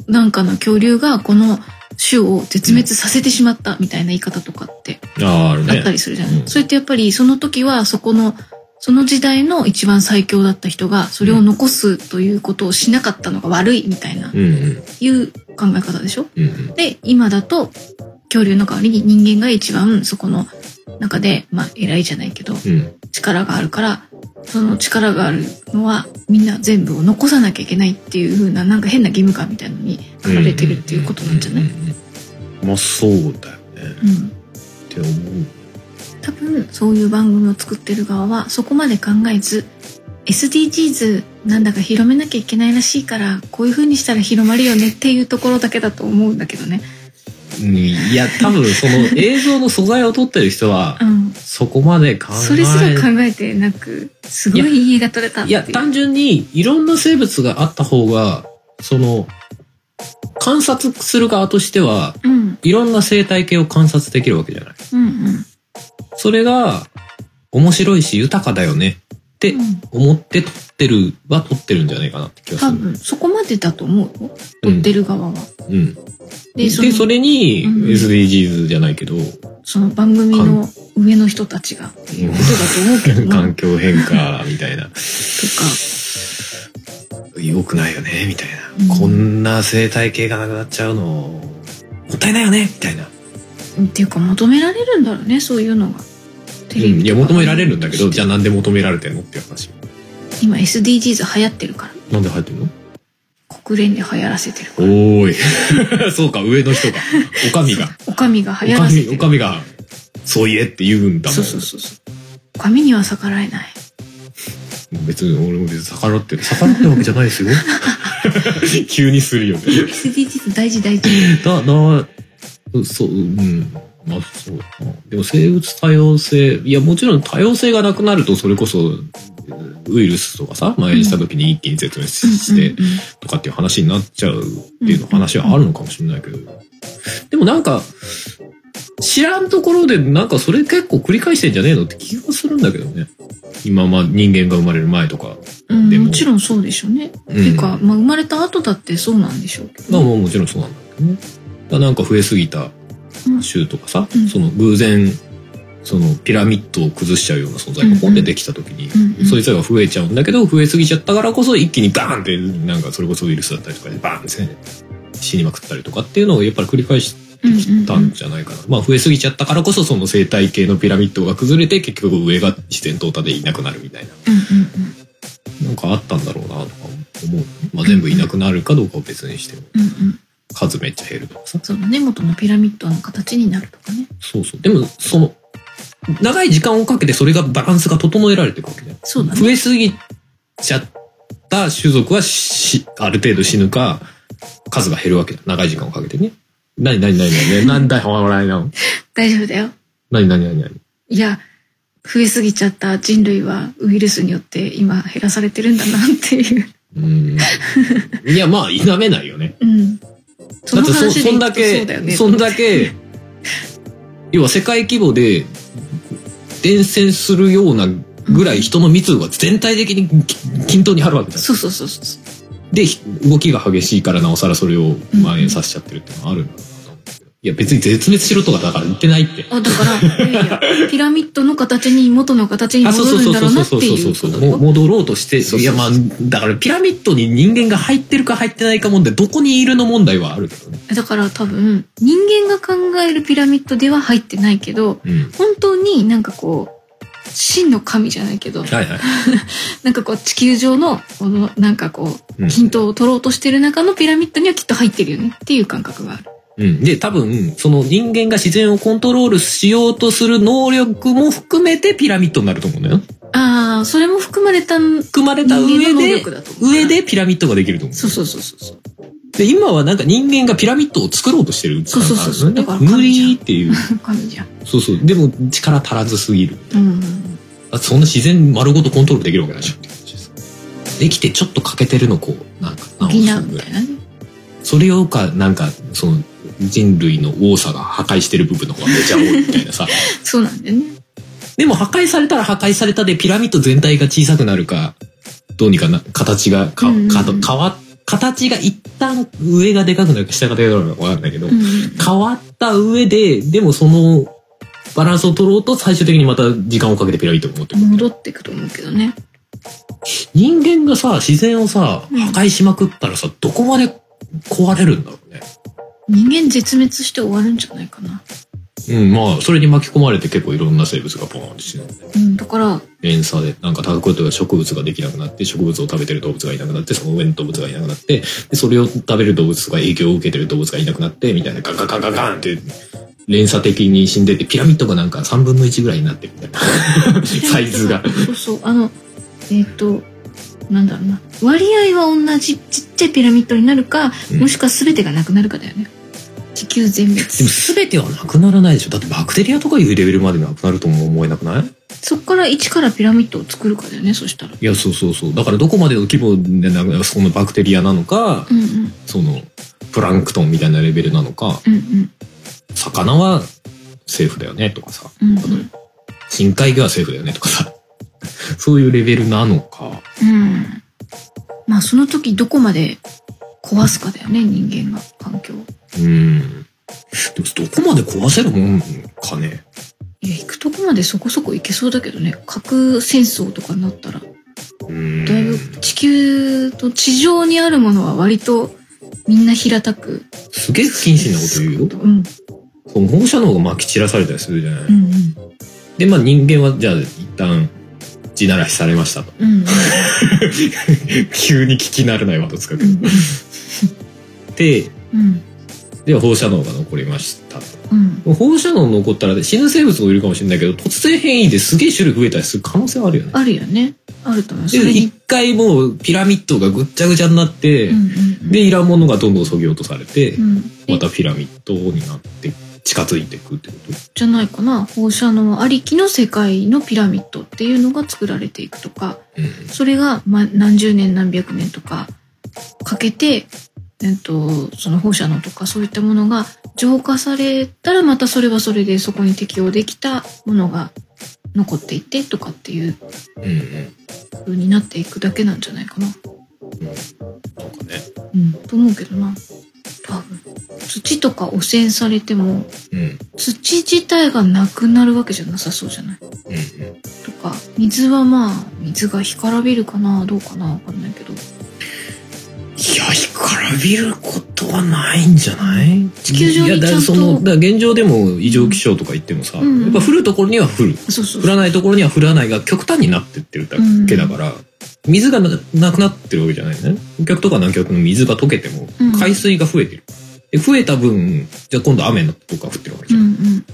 C: なんかの恐竜がこの種を絶滅させてしまったみたいな言い方とかって
B: ああ、ある
C: あった
B: ね。
C: りするじゃない、
B: うん
C: それってやっぱりその時はそこのその時代の一番最強だった人がそれを残すということをしなかったのが悪いみたいな
B: うんうん。
C: いう考え方でしょ
B: うんうん。
C: で今だと恐竜の代わりに人間が一番そこの中でまあ偉いじゃないけど
B: うん。
C: 力があるからその力があるのはみんな全部を残さなきゃいけないっていう風ななんか変な義務感みたいなのに駆られてるっていうことなんじゃない、
B: うんうんうんまあそうだよね
C: う
B: っ
C: ん、
B: て思う
C: 多分そういう番組を作ってる側はそこまで考えず SDGs なんだか広めなきゃいけないらしいからこういう風にしたら広まるよねっていうところだけだと思うんだけどね。
B: うんいや多分その映像の素材を撮ってる人は
C: うん、
B: そこまで考え
C: それすら考えてなくすごいいい映画撮れたって
B: いや単純にいろんな生物があった方がその観察する側としては
C: うん
B: いろんな生態系を観察できるわけじゃない
C: うんうん
B: それが面白いし豊かだよねって
C: うん
B: 思って撮ってるは撮ってるんじゃないかなって気がす
C: 多
B: る
C: 分そこまでだと思うよ
B: う
C: 撮っ
B: ん
C: てる側は。
B: うんでそ
C: の
B: れに
C: うん
B: SDGs じゃないけど、
C: その番組の上の人たちがっていうことだと思うけどな
B: 環境変化みたいな
C: と
B: 良くないよねみたいな、
C: うん
B: こんな生態系がなくなっちゃうのもったいないよねみたいな
C: かっていうか求められるんだろうねそういうのが。テレビとか、
B: うんいや求められるんだけどじゃあなんで求められてんのっていう話
C: 今 SDGs 流行ってるから
B: なんで入ってんの
C: 国連で流行らせてる
B: お
C: から
B: ーい [laughs] そうか上の人がおかみが
C: お上が流
B: お
C: 行
B: から
C: せ
B: み
C: て
B: お
C: る
B: かみがそう言えって言うんだもん
C: そうそうそうそうお上には逆らえない
B: 別に俺も別に逆らって逆らってるわけじゃないですよ [laughs] 急にするよね
C: SDGs 大事大事
B: だだうそううんまあそうだなでも生物多様性いやもちろん多様性がなくなるとそれこそうんウイルスとかさ前にした時に一気に絶滅して
C: うんうんうん
B: とかっていう話になっちゃうっていうの話はあるのかもしれないけどでもなんか知らんところでなんかそれ結構繰り返してんじゃねえのって気がするんだけどね今まあ人間が生まれる前とか
C: うん
B: でも
C: もちろんそうでしょうね。
B: うん
C: てか、まあ、生まれた後だってそうなんでしょうけ
B: まあ
C: どね、
B: もうもちろんそうなんだけどね。だからなんか増えすぎた州とかさ、
C: うん
B: その偶然、そのピラミッドを崩しちゃうような存在がポンってできた時に、
C: うんうん
B: そいつらが増えちゃうんだけど、増えすぎちゃったからこそ一気にバーンって、なんかそれこそウイルスだったりとかでバーンってね死にまくったりとかっていうのをやっぱり繰り返してきたんじゃないかな。まあ増えすぎちゃったからこそその生態系のピラミッドが崩れて結局上が自然淘汰でいなくなるみたいな。
C: うんうん
B: なんかあったんだろうなとか思う。まあ全部いなくなるかどうかは別にしても、
C: うんうんうん。
B: 数めっちゃ減るとかさ。
C: そうだね、元のピラミッドの形になるとかね。
B: そうそう。でも、その、長い時間をかけてそれがバランスが整えられていくわけだよ。
C: そうだね。
B: 増えすぎちゃった種族はし、ある程度死ぬか、数が減るわけだ。長い時間をかけてね。なになになになになんだよ、笑いな。
C: 大丈夫だよ。
B: なになになになに
C: いや、増えすぎちゃった人類はウイルスによって今減らされてるんだなっていう。
B: うーん。いや、まあ、否めないよね。
C: うん。そ
B: だっ
C: の
B: てそ
C: 話で
B: そ
C: い
B: ん
C: くと
B: だ
C: そうだよ
B: け
C: ね。
B: そんだけ要は世界規模で伝染するようなぐらい人の密度が全体的にき均等にあるわけだ
C: そうそうそうそう。
B: でひ動きが激しいからなおさらそれを蔓延させちゃってるっていうのはあるんだろうなと思うけどいや別に絶滅しろとかだから言ってないって
C: あだ
B: [laughs]
C: から、いやいや、ピラミッドの形に元の形に
B: あそう
C: 戻
B: そう
C: る
B: そう
C: んだ
B: そう
C: ろうなっ
B: そ
C: て
B: うそう
C: い
B: そううそ
C: こ
B: う
C: と
B: も戻ろうとして
C: そうそうそう
B: いやまあだからピラミッドに人間が入ってるか入ってないか問題どこにいるの問題はあるけどね、
C: だから多分人間が考えるピラミッドでは入ってないけど
B: うん、
C: 本当になんかこう真の神じゃないけど
B: はいはい、
C: なんかこう地球上のこのなんかこう
B: うん
C: 均等を取ろうとしてる中のピラミッドにはきっと入ってるよねっていう感覚がある。
B: うん、で多分その人間が自然をコントロールしようとする能力も含めてピラミッドになると思うんだよ
C: ああそれも含まれたん
B: 含まれ
C: 人
B: た上
C: 間の能
B: で
C: 力だと思うから
B: 上でピラミッドができると思う
C: そうそうそうそうそう
B: で今はなんか人間がピラミッドを作ろうとしてる
C: そうそうそうそう
B: なん
C: だか
B: からあるのね無理っていう
C: 神じゃん。
B: そうそうでも力足らずすぎる
C: うんうんうん
B: だってそんな自然丸ごとコントロールできるわけないでしょって感じですできてちょっと欠けてるのこうなんか
C: 補う
B: 直
C: みた
B: す
C: い
B: ぐらい
C: なね。
B: それをかなんかその人類の多さが破壊してる部分の方がめちゃ多いみたいなさ
C: そうなんだよね。
B: でも破壊されたら破壊されたでピラミッド全体が小さくなるか、どうにかな、形がか、
C: うんうん
B: かと変わ、形が一旦上がでかくなるか下がでかくなるかわかんないけど、
C: うんうん
B: 変わった上で、でもそのバランスを取ろうと最終的にまた時間をかけてピラミッドを持ってくる。
C: 戻っていくと思うけどね。
B: 人間がさ、自然をさ、
C: うん
B: 破壊しまくったらさ、どこまで壊れるんだろうね。
C: 人間絶滅して終わるんじゃないかな。
B: うん、まあ、それに巻き込まれて結構いろんな生物がポーンって死ぬんだよね
C: うん、だから、
B: 連鎖で、なんか、たことが植物ができなくなって、植物を食べてる動物がいなくなって、その上の動物がいなくなって、でそれを食べる動物とか影響を受けてる動物がいなくなって、みたいな、ガンガンガンガンガンって、連鎖的に死んでて、ピラミッドがなんか3分の1ぐらいになってるみたいな。
C: [laughs]
B: サイズが。
C: そうそう、あの、えっ、と、なんだろうな。割合は同じちっちゃいピラミッドになるか、
B: うん
C: もしくは全てがなくなるかだよね。地球全滅。
B: でも全てはなくならないでしょ。だってバクテリアとかいうレベルまでなくなるとも思えなくない
C: そこから一からピラミッドを作るかだよね、そしたら。
B: いや、そうそうそう。だからどこまでの規模でなく、そのバクテリアなのか
C: う、んうん、
B: その、プランクトンみたいなレベルなのか、
C: うんうん、
B: 魚はセーフだよね、とかさ。
C: うん
B: 例えば深海魚はセーフだよねとかさ [laughs] そういうレベルなのか
C: うん。うん。まあ、その時どこまで壊すかだよね、人間が環境を。
B: うんでもどこまで壊せるもんかね
C: いや、行くとこまでそこそこ行けそうだけどね、核戦争とかになったら。
B: うん
C: だいぶ地球と地上にあるものは割とみんな平たく。
B: すげえ不謹慎なこと言うよ
C: うん。
B: その放射能がまき散らされたりするじゃない、
C: うんうん。
B: で、まあ人間はじゃあ一旦地ならしされましたと。
C: うん
B: [laughs] 急に聞き慣れないワード使う
C: う
B: けど。
C: ん
B: で、
C: うん
B: では放射能が残りましたと。
C: うん
B: 放射能残ったら死ぬ生物もいるかもしれないけど、突然変異ですげえ種類増えたりする可能性はあるよね。
C: あるよねあると思うそ
B: で、
C: れに
B: 一回もうピラミッドがぐっちゃぐちゃになって、
C: うんうんうん
B: で、いらんものがどんどん削ぎ落とされて、
C: うん
B: またピラミッドになって近づいていくってこと
C: じゃないかな放射能ありきの世界のピラミッドっていうのが作られていくとか
B: うん
C: それが、ま、何十年何百年とかかけて、えっと、その放射能とかそういったものが浄化されたらまたそれはそれでそこに適応できたものが残っていてとかっていう
B: うんうん
C: 風になっていくだけなんじゃないかな。
B: なんかね
C: うん、と思うけどな。多分。土とか汚染されても
B: うん
C: 土自体がなくなるわけじゃなさそうじゃない
B: うんうん
C: とか水はまあ水が干からびるかなどうかなわかんないけど
B: いや干からびることはないんじゃない
C: 地球上に
B: いやだから
C: ちゃんと
B: そのだから現状でも異常気象とか言ってもさ、
C: うん
B: やっぱ降るところには降る
C: そうそう
B: 降らないところには降らないが極端になってってるだけだから、水がななくなってるわけじゃないのね北極とか南極の水が溶けても
C: うん
B: 海水が増えてる、で増えた分じゃあ今度雨のとか降ってるわけ
C: う
B: じゃ
C: ん
B: ん、
C: うん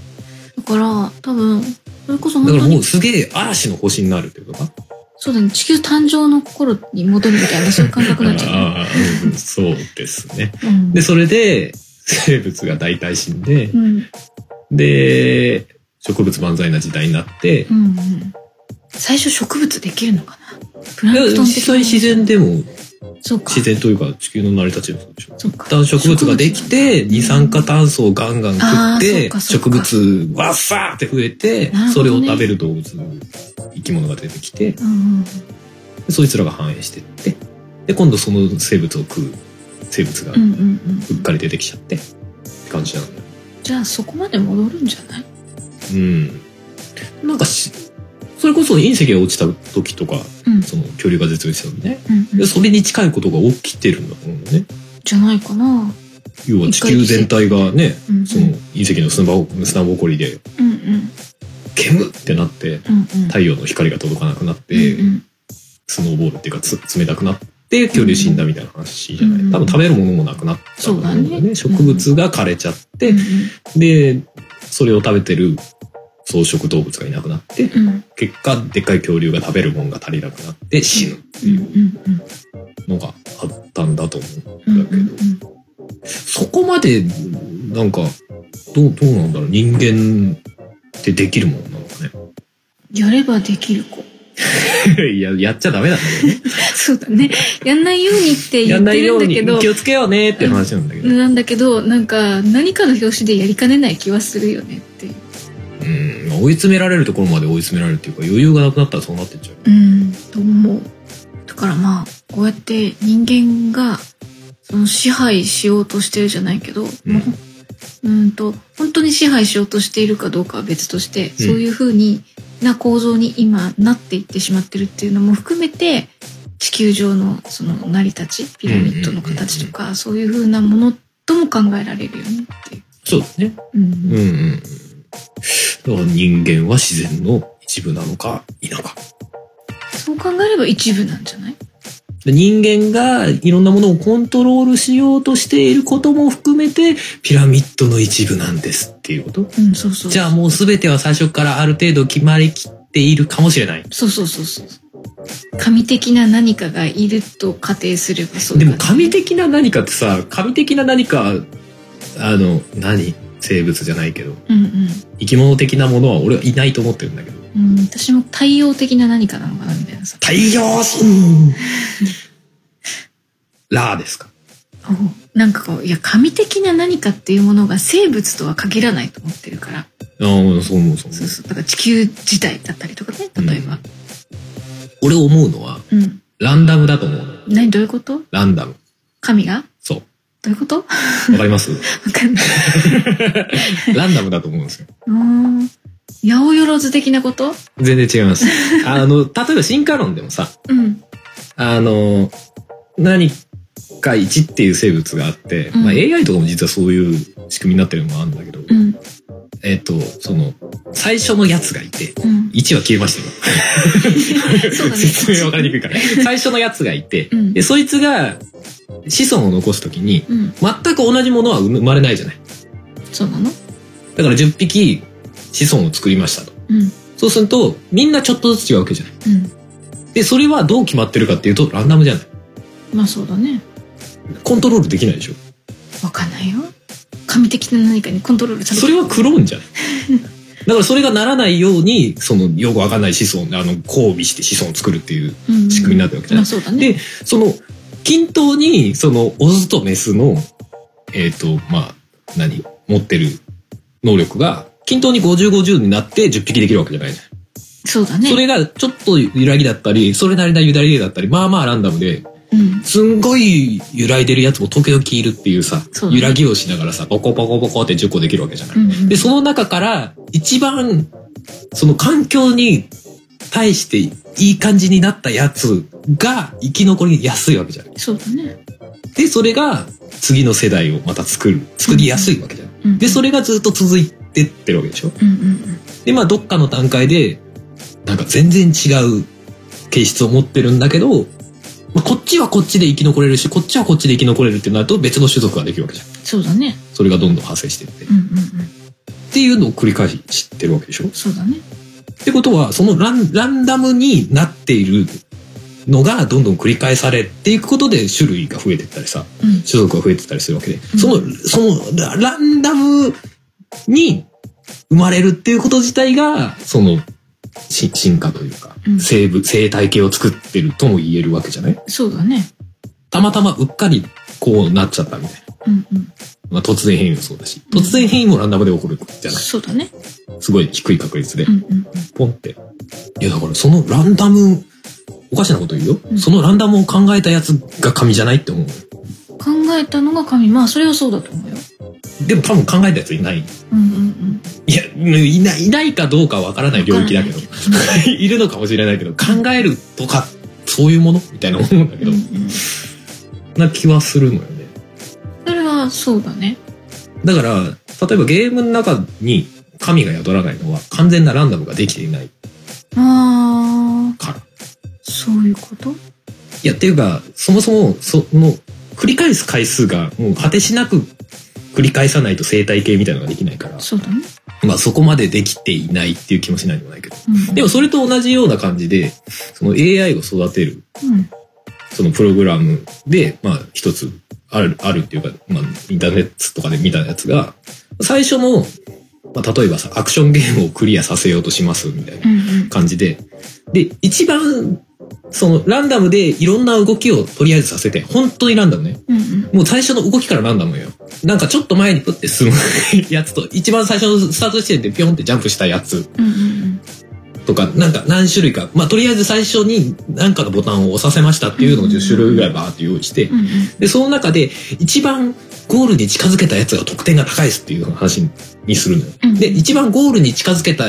C: だから多分それこそ
B: だ
C: 本
B: か
C: 当
B: らも
C: に
B: うすげえ嵐の星になるってことか
C: そうだね地球誕生の頃に戻るみたい
B: [laughs]
C: なそういう感覚になっちゃう
B: ああうんそうですね。
C: うん
B: で、それで、生物が大体死んで
C: う、んうん
B: で、植物万歳な時代になって、
C: うん最初植物できるのかなプラ
B: いや
C: ンクトン
B: 実
C: 的な
B: 際自然でも、
C: そうか
B: 自然というか地球の成り立ちもそうでしょ。
C: そう
B: 一
C: か
B: 旦植物ができて、
C: 植物
B: 二酸化炭素をガンガン食
C: あ
B: っ
C: ーそ
B: て
C: う、かそう
B: 植
C: か
B: 物わっさーって増えて、
C: なるほどね
B: それを食べる動物、生き物が出てきて、
C: うんうん
B: でそいつらが繁栄してって、で、今度その生物を食う、生物が
C: うんう
B: うん
C: うんう
B: っ
C: ん
B: かり出てきちゃって、って感じなんだよね
C: じゃあそこまで戻るんじゃない
B: うん。なんかし、それこそ隕石が落ちた時とか、
C: うん
B: その恐竜が絶滅したのね。
C: うんうん
B: でそれに近いことが起きてるんだと思うのね。
C: じゃないかな
B: 要は地球全体がね、
C: うんうん
B: その隕石の砂ぼ砂ぼこりで、
C: うんうん
B: 煙ってなって、
C: うんうん
B: 太陽の光が届かなくなって、
C: うんうん
B: スノーボールっていうかつ冷たくなって、恐竜死んだみたいな話じゃない。
C: うん
B: 多分食べるものもなくなったと思うんだ
C: そう
B: よ
C: だ
B: ね。
C: ね
B: 植物が枯れちゃって、で、それを食べてる草食動物がいなくなって、
C: うんうん
B: 結果でっかい恐竜が食べるもんが足りなくなって死ぬって
C: うん
B: い
C: うんうん
B: うのがあったんだと思う
C: う
B: んん
C: う
B: だけど、
C: ん
B: そこまでなんかどうどうなんだろう人間ってできるもんなのか
C: やればできる子
B: ね [laughs] いややっちゃダメなんだよ
C: そうだねやんないようにって
B: や
C: [laughs] 言
B: ん
C: っ
B: な
C: て
B: いよ
C: るん
B: うに
C: だけど
B: 気をつけようねって話なんだけど、うん
C: なんだけどなんか何かの表紙でやりかねない気はするよねっていう
B: 追い詰められるところまで追い詰められるっていうか余裕がなくなったらそうなってっちゃう
C: うんと思うだからまあこうやって人間がその支配しようとしてるじゃないけど、
B: うん
C: もううんと本当に支配しようとしているかどうかは別として、そういうふうにな構造に今なっていってしまってるっていうのも含めて地球上のその成り立ちピラミッドの形とか、そういうふうなものとも考えられるよねっていう。
B: そうだね
C: うん
B: うんうんうんだから人間は自然の一部なのか否か
C: そう考えれば一部なんじゃない
B: で人間がいろんなものをコントロールしようとしていることも含めてピラミッドの一部なんですっていうこと
C: うん、そうそう。
B: じゃあもう全ては最初からある程度決まりきっているかもしれない
C: そうそうそうそう。神的な何かがいると仮定すればそう
B: で
C: だね
B: も神的な何かってさ神的な何かあの何生物じゃないけど
C: うん
B: 生き物的なものは俺はいないと思ってるんだけど
C: うん。うん、私も太陽的な何かなのかなみたいなさ。
B: 太陽神 [laughs] ラーですか
C: おなんかこう、いや、神的な何かっていうものが生物とは限らないと思ってるから。
B: ああそう思うそう思
C: そうそう。だから地球自体だったりとかね、
B: う
C: 例えば。
B: 俺思うのは
C: うん。
B: ランダムだと思うの
C: 何どういうこと
B: ランダム
C: 神が
B: そう
C: どういうことわ
B: わかります
C: [laughs] か
B: [laughs]
C: んない。
B: ランダムだと思うんですよ。
C: うーん。八百万的なこと
B: 全然違います。あの、例えば進化論でもさ、
C: うん。
B: あの、何か1っていう生物があって、
C: うん
B: まあ AI とかも実はそういう仕組みになってるのもあるんだけど、
C: うん。
B: えっと、その、最初のやつがいて、
C: うん。
B: 1は消えましたよ。
C: そ
B: [laughs]
C: うだね。
B: 説明わかりにくいから。最初のやつがいて、
C: うん
B: で、そいつが子孫を残すときに、
C: うん。
B: 全く同じものは生まれないじゃない。
C: そうなの
B: だから10匹子孫を作りましたと。
C: うん。
B: そうすると、みんなちょっとずつ違うわけじゃない。
C: うん。
B: で、それはどう決まってるかっていうと、ランダムじゃない。
C: まあそうだね。
B: コントロールできないでしょ。
C: わかんないよ。神的な何かにコントロールされて
B: それはクローンじゃない。だからそれがならないように、その、よくわかんない子孫、あの、交尾して子孫を作るっていう仕組みになってるわけじゃな
C: まあ
B: い。
C: そうだね。
B: で、その、均等に、その、オスとメスの、えっ、と、まあ、何持ってる能力が、均等に50、50になって10匹できるわけじゃないじゃん。
C: そうだね。
B: それがちょっと揺らぎだったり、それなりな揺らぎだったり、まあまあランダムで、
C: うん。
B: すんごい揺らいでるやつも時々いるっていうさ、
C: そうだね
B: 揺らぎをしながらさ、ボコボコボコって10個できるわけじゃない。
C: うんうん
B: で、その中から一番、その環境に対していい感じになったやつが生き残りやすいわけじゃない。
C: そうだね。
B: で、それが次の世代をまた作る、作りやすいわけじゃない。
C: うん
B: で、それがずっと続いてってるわけでしょ。
C: うんうんうん。
B: で、まあ、どっかの段階で、なんか全然違う形質を持ってるんだけど、まあ、こっちはこっちで生き残れるし、こっちはこっちで生き残れるってなると別の種族ができるわけじゃん。
C: そうだね。
B: それがどんどん派生してって。っ
C: うんうんうん。
B: ていうのを繰り返し知ってるわけでしょっ
C: そうだね。
B: てことは、そのランランダムになっているのがどんどん繰り返されていくことで種類が増えてったりさ、
C: うん。
B: 種族が増えてったりするわけで、
C: うん
B: その、そのラランダムに生まれるっていうこと自体が、その、し進化というか、
C: うん
B: 生物、生態系を作ってるとも言えるわけじゃない
C: そうだね。
B: たまたまうっかりこうなっちゃったみたいな。
C: うんうん。
B: まあ、突然変異もそうだし、
C: うん
B: 突然変異もランダムで起こるじゃない
C: そうだね。
B: すごい低い確率で
C: う、んうん
B: ポンって。いや、だからそのランダム、おかしなこと言うよ。
C: うん
B: そのランダムを考えたやつが神じゃないって思う。
C: うん。考えたのが神。まあそれはそうだと思うよ。
B: でも多分考えたやついない
C: うんうん
B: いや、いない、いないかどうかわから
C: う。
B: なんい領域だけど、 [laughs]
C: わからない
B: いるのかもしれないけど、考えるとか、そういうものみたいなものだ
C: け
B: け
C: ど
B: ど
C: う、んうんそ
B: な気はするのよね。
C: れはそうだね。
B: だから、例えばゲームの中に神が宿らないのは、完全なランダムができていない
C: ああ、
B: から。い
C: そういうこと
B: や、っていうか、そもそも、その、繰り返す回数が、もう果てしなく繰り返さないと生態系みたいなのができないから、
C: そうだね。
B: まあそこまでできていないっていう気もしないでもないけど。
C: うん。
B: でもそれと同じような感じで、その AI を育てる
C: うん。
B: そのプログラムで、まあ、一つある、あるっていうか、まあ、インターネットとかで見たやつが、最初の、まあ、例えばさ、アクションゲームをクリアさせようとします、みたいな
C: うんうん。
B: 感じで。で、一番、その、ランダムでいろんな動きをとりあえずさせて、本当にランダムね。
C: うんうん。
B: もう最初の動きからランダムよ。なんかちょっと前にプッて進むやつと、一番最初のスタート地点でピョンってジャンプしたやつ
C: うんうん
B: とか、なんか何種類か、まあ、とりあえず最初に何かのボタンを押させましたっていうのを10種類ぐらいバーって用意して
C: うん。う、んうん。
B: で、その中で一番ゴールに近づけたやつが得点が高いですっていう話にするのよ。
C: うん
B: で、一番ゴールに近づけた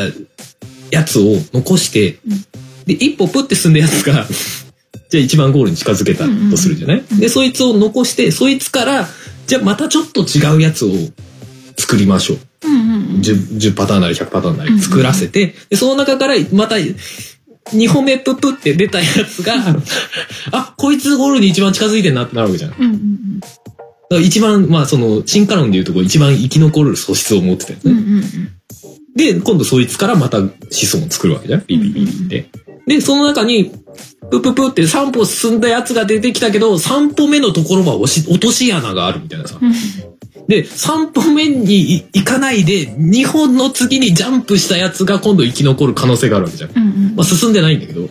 B: やつを残して
C: うん、
B: で、一歩プって進んだやつが、 [laughs] じゃあ一番ゴールに近づけたとするじゃない
C: うん
B: で、そいつを残して、そいつから、じゃあまたちょっと違うやつを作りましょう。
C: うんうんうん。
B: 10, 10パターンなり100パターンな
C: うんう
B: り
C: ん
B: 作らせて、でその中からまた2歩目ププって出たやつ
C: [laughs]
B: が、あ、こいつゴールに一番近づいてんなってなるわけじゃん。
C: うんうん
B: だから一番、まあその、進化論でいうとこう一番生き残る素質を持ってたよね
C: うん。うんうんうん。
B: で、今度そいつからまた子孫を作るわけじゃん。ビビビビって。で、その中に、プププって3歩進んだやつが出てきたけど、3歩目のところは押し落とし穴があるみたいなさ。
C: うん
B: で、3歩目にい行かないで、2本の次にジャンプしたやつが今度生き残る可能性があるわけじゃん。
C: うんうん。
B: まあ進んでないんだけど。
C: うん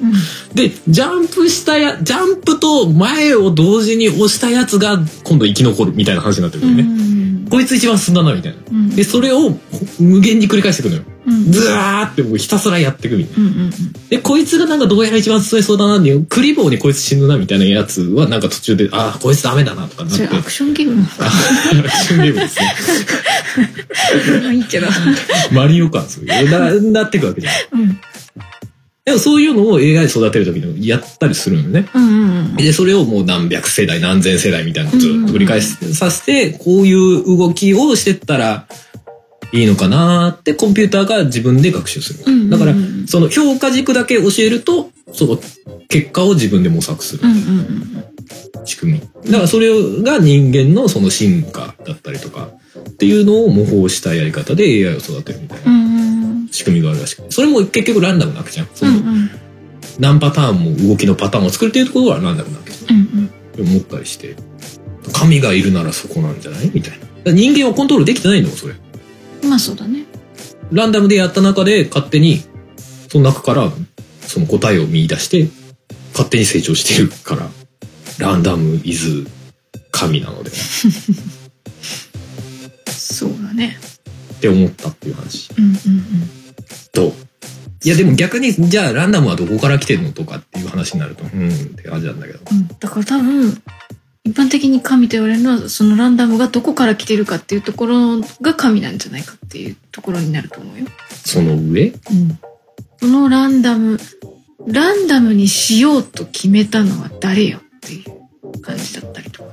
B: で、ジャンプしたや、ジャンプと前を同時に押したやつが今度生き残るみたいな話になってる
C: う
B: よ
C: ん
B: ね。
C: うん
B: こいつ一番進んだなみたいな。
C: うん。
B: で、それを無限に繰り返していくのよ。
C: うん
B: ずわーってもうひたすらやっていくみたいな。
C: うんうんうん。
B: で、こいつがなんかどうやら一番進めそうだなっていう、クリボーにこいつ死ぬなみたいなやつはなんか途中で、あーこいつダメだなとかなっ
C: そ
B: て。
C: れ
B: ア [laughs]
C: ア
B: ク
C: クションゲームなのか
B: ションゲームですね。
C: ないいけど。
B: マリオ感そういうな、なっていくわけじゃん。
C: うん。
B: でもそういうのを AI 育てる時にやったりするのね。
C: うんうん
B: で、それをもう何百世代、何千世代みたいなのをずっと繰り返しさせて、こういう動きをしてったら、いいのかなーってコンピューターが自分で学習する。
C: うんうんうん
B: だから、その評価軸だけ教えると、その結果を自分で模索する
C: うんうんうん
B: 仕組み。だからそれが人間のその進化だったりとかっていうのを模倣したやり方で AI を育てるみたいな
C: うん
B: 仕組みがあるらしくて。それも結局ランダムなわけじゃん。そ
C: うんう
B: の
C: んうん
B: 何パターンも動きのパターンを作るっていうところがランダムなわけじゃん。
C: うん
B: 思ったりして神がいるならそこなんじゃないみたいなだから人間はコントロールできてないんだもんそれ
C: うんまあそうだね
B: ランダムでやった中で勝手にその中からその答えを見出して勝手に成長してるからランダムイズ神なのでっ
C: そうだね
B: て思ったっていう話
C: うんうん
B: どういやでも逆にじゃあランダムはどこから来てるのとかっていう話になるとうんって感じなんだけど
C: うん、うん、だから多分一般的に神と言われるのはそのランダムがどこから来てるかっていうところが神なんじゃないかっていうところになると思うよ
B: その上
C: うんこのランダムランダムにしようと決めたのは誰よっていう感じだったりとか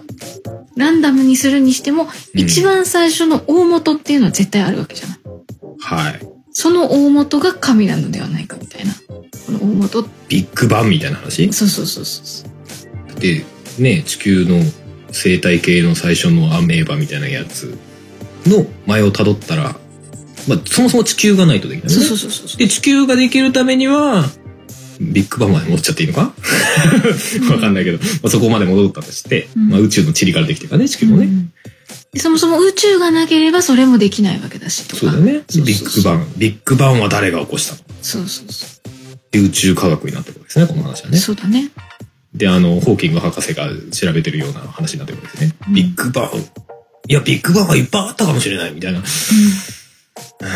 C: ランダムにするにしても
B: うん
C: 一番最初の大元っていうのは絶対あるわけじゃない、
B: はい
C: その大元が神なのではないかみたいなこの大元
B: ビッグバンみたいな話
C: そうそうそうそう
B: でね地球の生態系の最初のアメーバみたいなやつの前をたどったら、まあ、そもそも地球がないとできない、ね、
C: そうそうそうそうそう
B: で地球ができるためにはビッグバンまで戻っちゃっていいのかわかんないけど、まあ、そこまで戻ったとして、
C: うん
B: まあ、宇宙の塵からできてるからね地球も
C: う
B: ね、
C: んでそもそも宇宙がなければそれもできないわけだしとか
B: そうだね
C: そう
B: ビ
C: そう
B: ッグ
C: そ
B: バ
C: う
B: ンビッグバンは誰が起こしたの
C: そうそうそ
B: で宇宙科学になってくるわけですねこの話は
C: う
B: ね
C: そうだね
B: であのホーキング博士が調べてるような話になってくるわけですね、
C: うん
B: ビッグバンいやビッグバンはいっぱいあったかもしれないみたいな
C: うん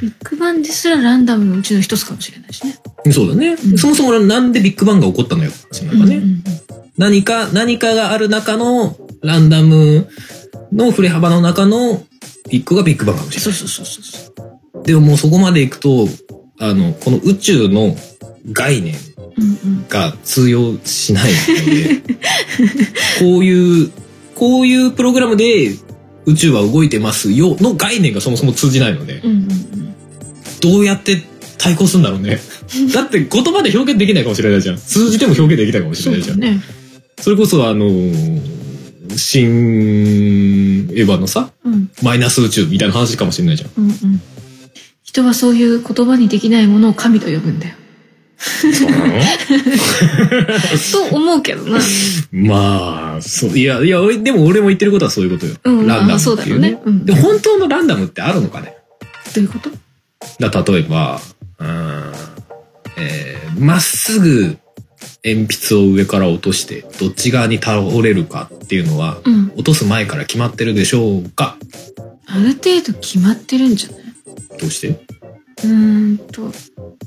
C: ビッグバンですらランダムのうちの一つかもしれないしね。
B: そうだね、
C: うん
B: そもそもなんでビッグバンが起こったのよって話なのかね、何か、何かがある中のランダムの振れ幅の中の一個がビッグバンかもしれ
C: そう
B: ない。
C: そうそうそう。
B: でももうそこまで行くと、あの、この宇宙の概念
C: うんうん。
B: が通用しないの
C: [laughs]
B: で、こういう、こういうプログラムで宇宙は動いてますよの概念がそもそも通じないので、
C: うんうん
B: どうやって対抗するんだろうね。だって言葉で表現できないかもしれないじゃん。数字でも表現できないかもし
C: そ
B: れな
C: う
B: いじゃ
C: だ
B: ん。そ,、
C: ね。
B: れこそあのー新エヴァのさ、
C: うん
B: マイナス宇宙みたいな話かもしれないじゃん。
C: うんうん。人はそういう言葉にできないものを神と呼ぶん
B: [laughs]
C: だよ。と思うけどな。
B: まあ、そう、いや、いや、でも俺も言ってることはそういうことよ。
C: うん。
B: ランダ
C: あ
B: ム
C: そう
B: っ
C: だ
B: てい
C: よ
B: うね。
C: ね。うん。
B: で、
C: ど
B: 本当のランダムってあるのかね
C: ういうこと
B: だ例えば、うーんえーまっすぐ鉛筆を上から落として、どっち側に倒れるかっていうのは、
C: うん。
B: 落とす前から決まってるでしょうか
C: ある程度決まってるんじゃない
B: どうして
C: うーんと、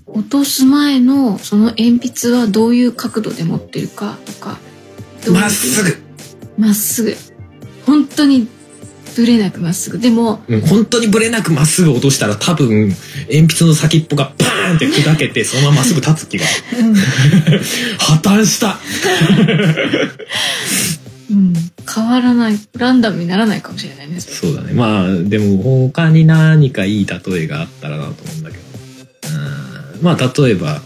C: 落とす前のその鉛筆はどういう角度で持ってるかとか。どういう
B: まっすぐ、
C: まっすぐ本当にぶれなくまっすぐでも
B: うん、本当にブレなくまっすぐ落としたら多分鉛筆の先っぽがバーンって砕けてそのまままっすぐ立つ気が破綻した
C: うん変わらないランダムにならないかもしれないねそれ
B: そうだねまあでも他に何かいい例えがあったらなと思うんだけどうーんまあ例えばうん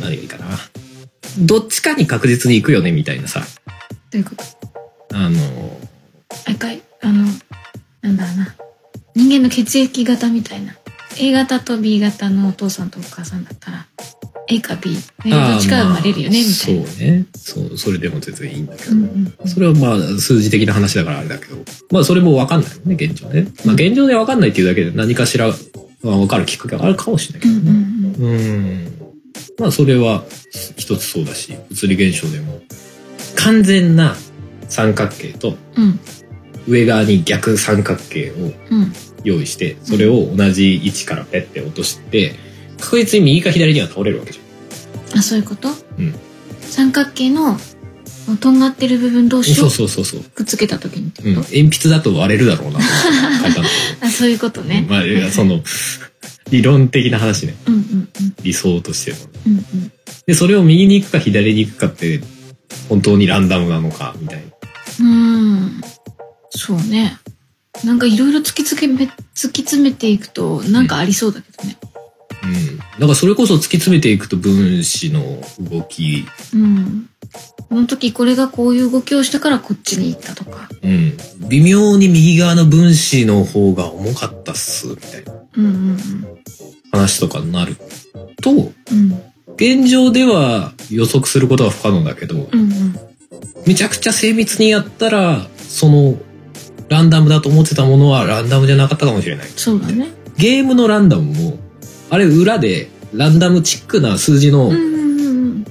B: 何がいいかなどっちかに確実に行くよねみたいなさ
C: ということ
B: あの
C: 一回あのなんだろうな人間の血液型みたいな A 型と B 型のお父さんとお母さんだったら A か B ねどっちかが生まれるよねみたいな、
B: あーまあそうねそうそれでも全然いいんだけど、
C: うんうんうん
B: それはまあ数字的な話だからあれだけど、まあそれもわかんないよね、現状ね。まあ現状でわかんないっていうだけで何かしら、まあ、わかるきっかけがあるかもしれな
C: う
B: い
C: ん
B: け
C: うん
B: どね。
C: うん
B: うん、まあそれは一つそうだし、物理現象でも、完全な三角形と
C: うん
B: 上側に逆三角形を
C: うん
B: 用意して、それを同じ位置からペッて落として、確実に右か左には倒れるわけじ
C: あそういうこと、
B: うん
C: 三角形のこのとんがってる部分同
B: ゃん。
C: 士
B: そ
C: を
B: うそうそうそう。
C: くっつけた時にって
B: うん。
C: こと、
B: 鉛筆だと割れるだろうなと思って書いたんだけ
C: あそういうこと
B: ど。
C: ね、
B: まあい
C: はいは
B: や、
C: い
B: その、理論的な話ね。
C: うんうん
B: 理想としての。
C: うんうん
B: で、それを右に行くか左に行くかって、本当にランダムなのか、みたいな。
C: うんうーんそうねなんかいろいろ突き詰め、突き詰めていくと、なんかありそうだけどね。
B: うん。だからそれこそ突き詰めていくと分子の動き、
C: うん。この時これがこういう動きをしたからこっちに行ったとか。
B: うん。微妙に右側の分子の方が重かったっす、みたいな
C: うんうん
B: 話とかになると、
C: うん。
B: 現状では予測することは不可能だけど
C: う、んうん
B: めちゃくちゃ精密にやったら、その、ランダムだと思ってたものはランダムじゃなかったかもしれない。
C: そうだね。
B: ゲームのランダムも、あれ裏でランダムチックな数字の
C: うんうんうん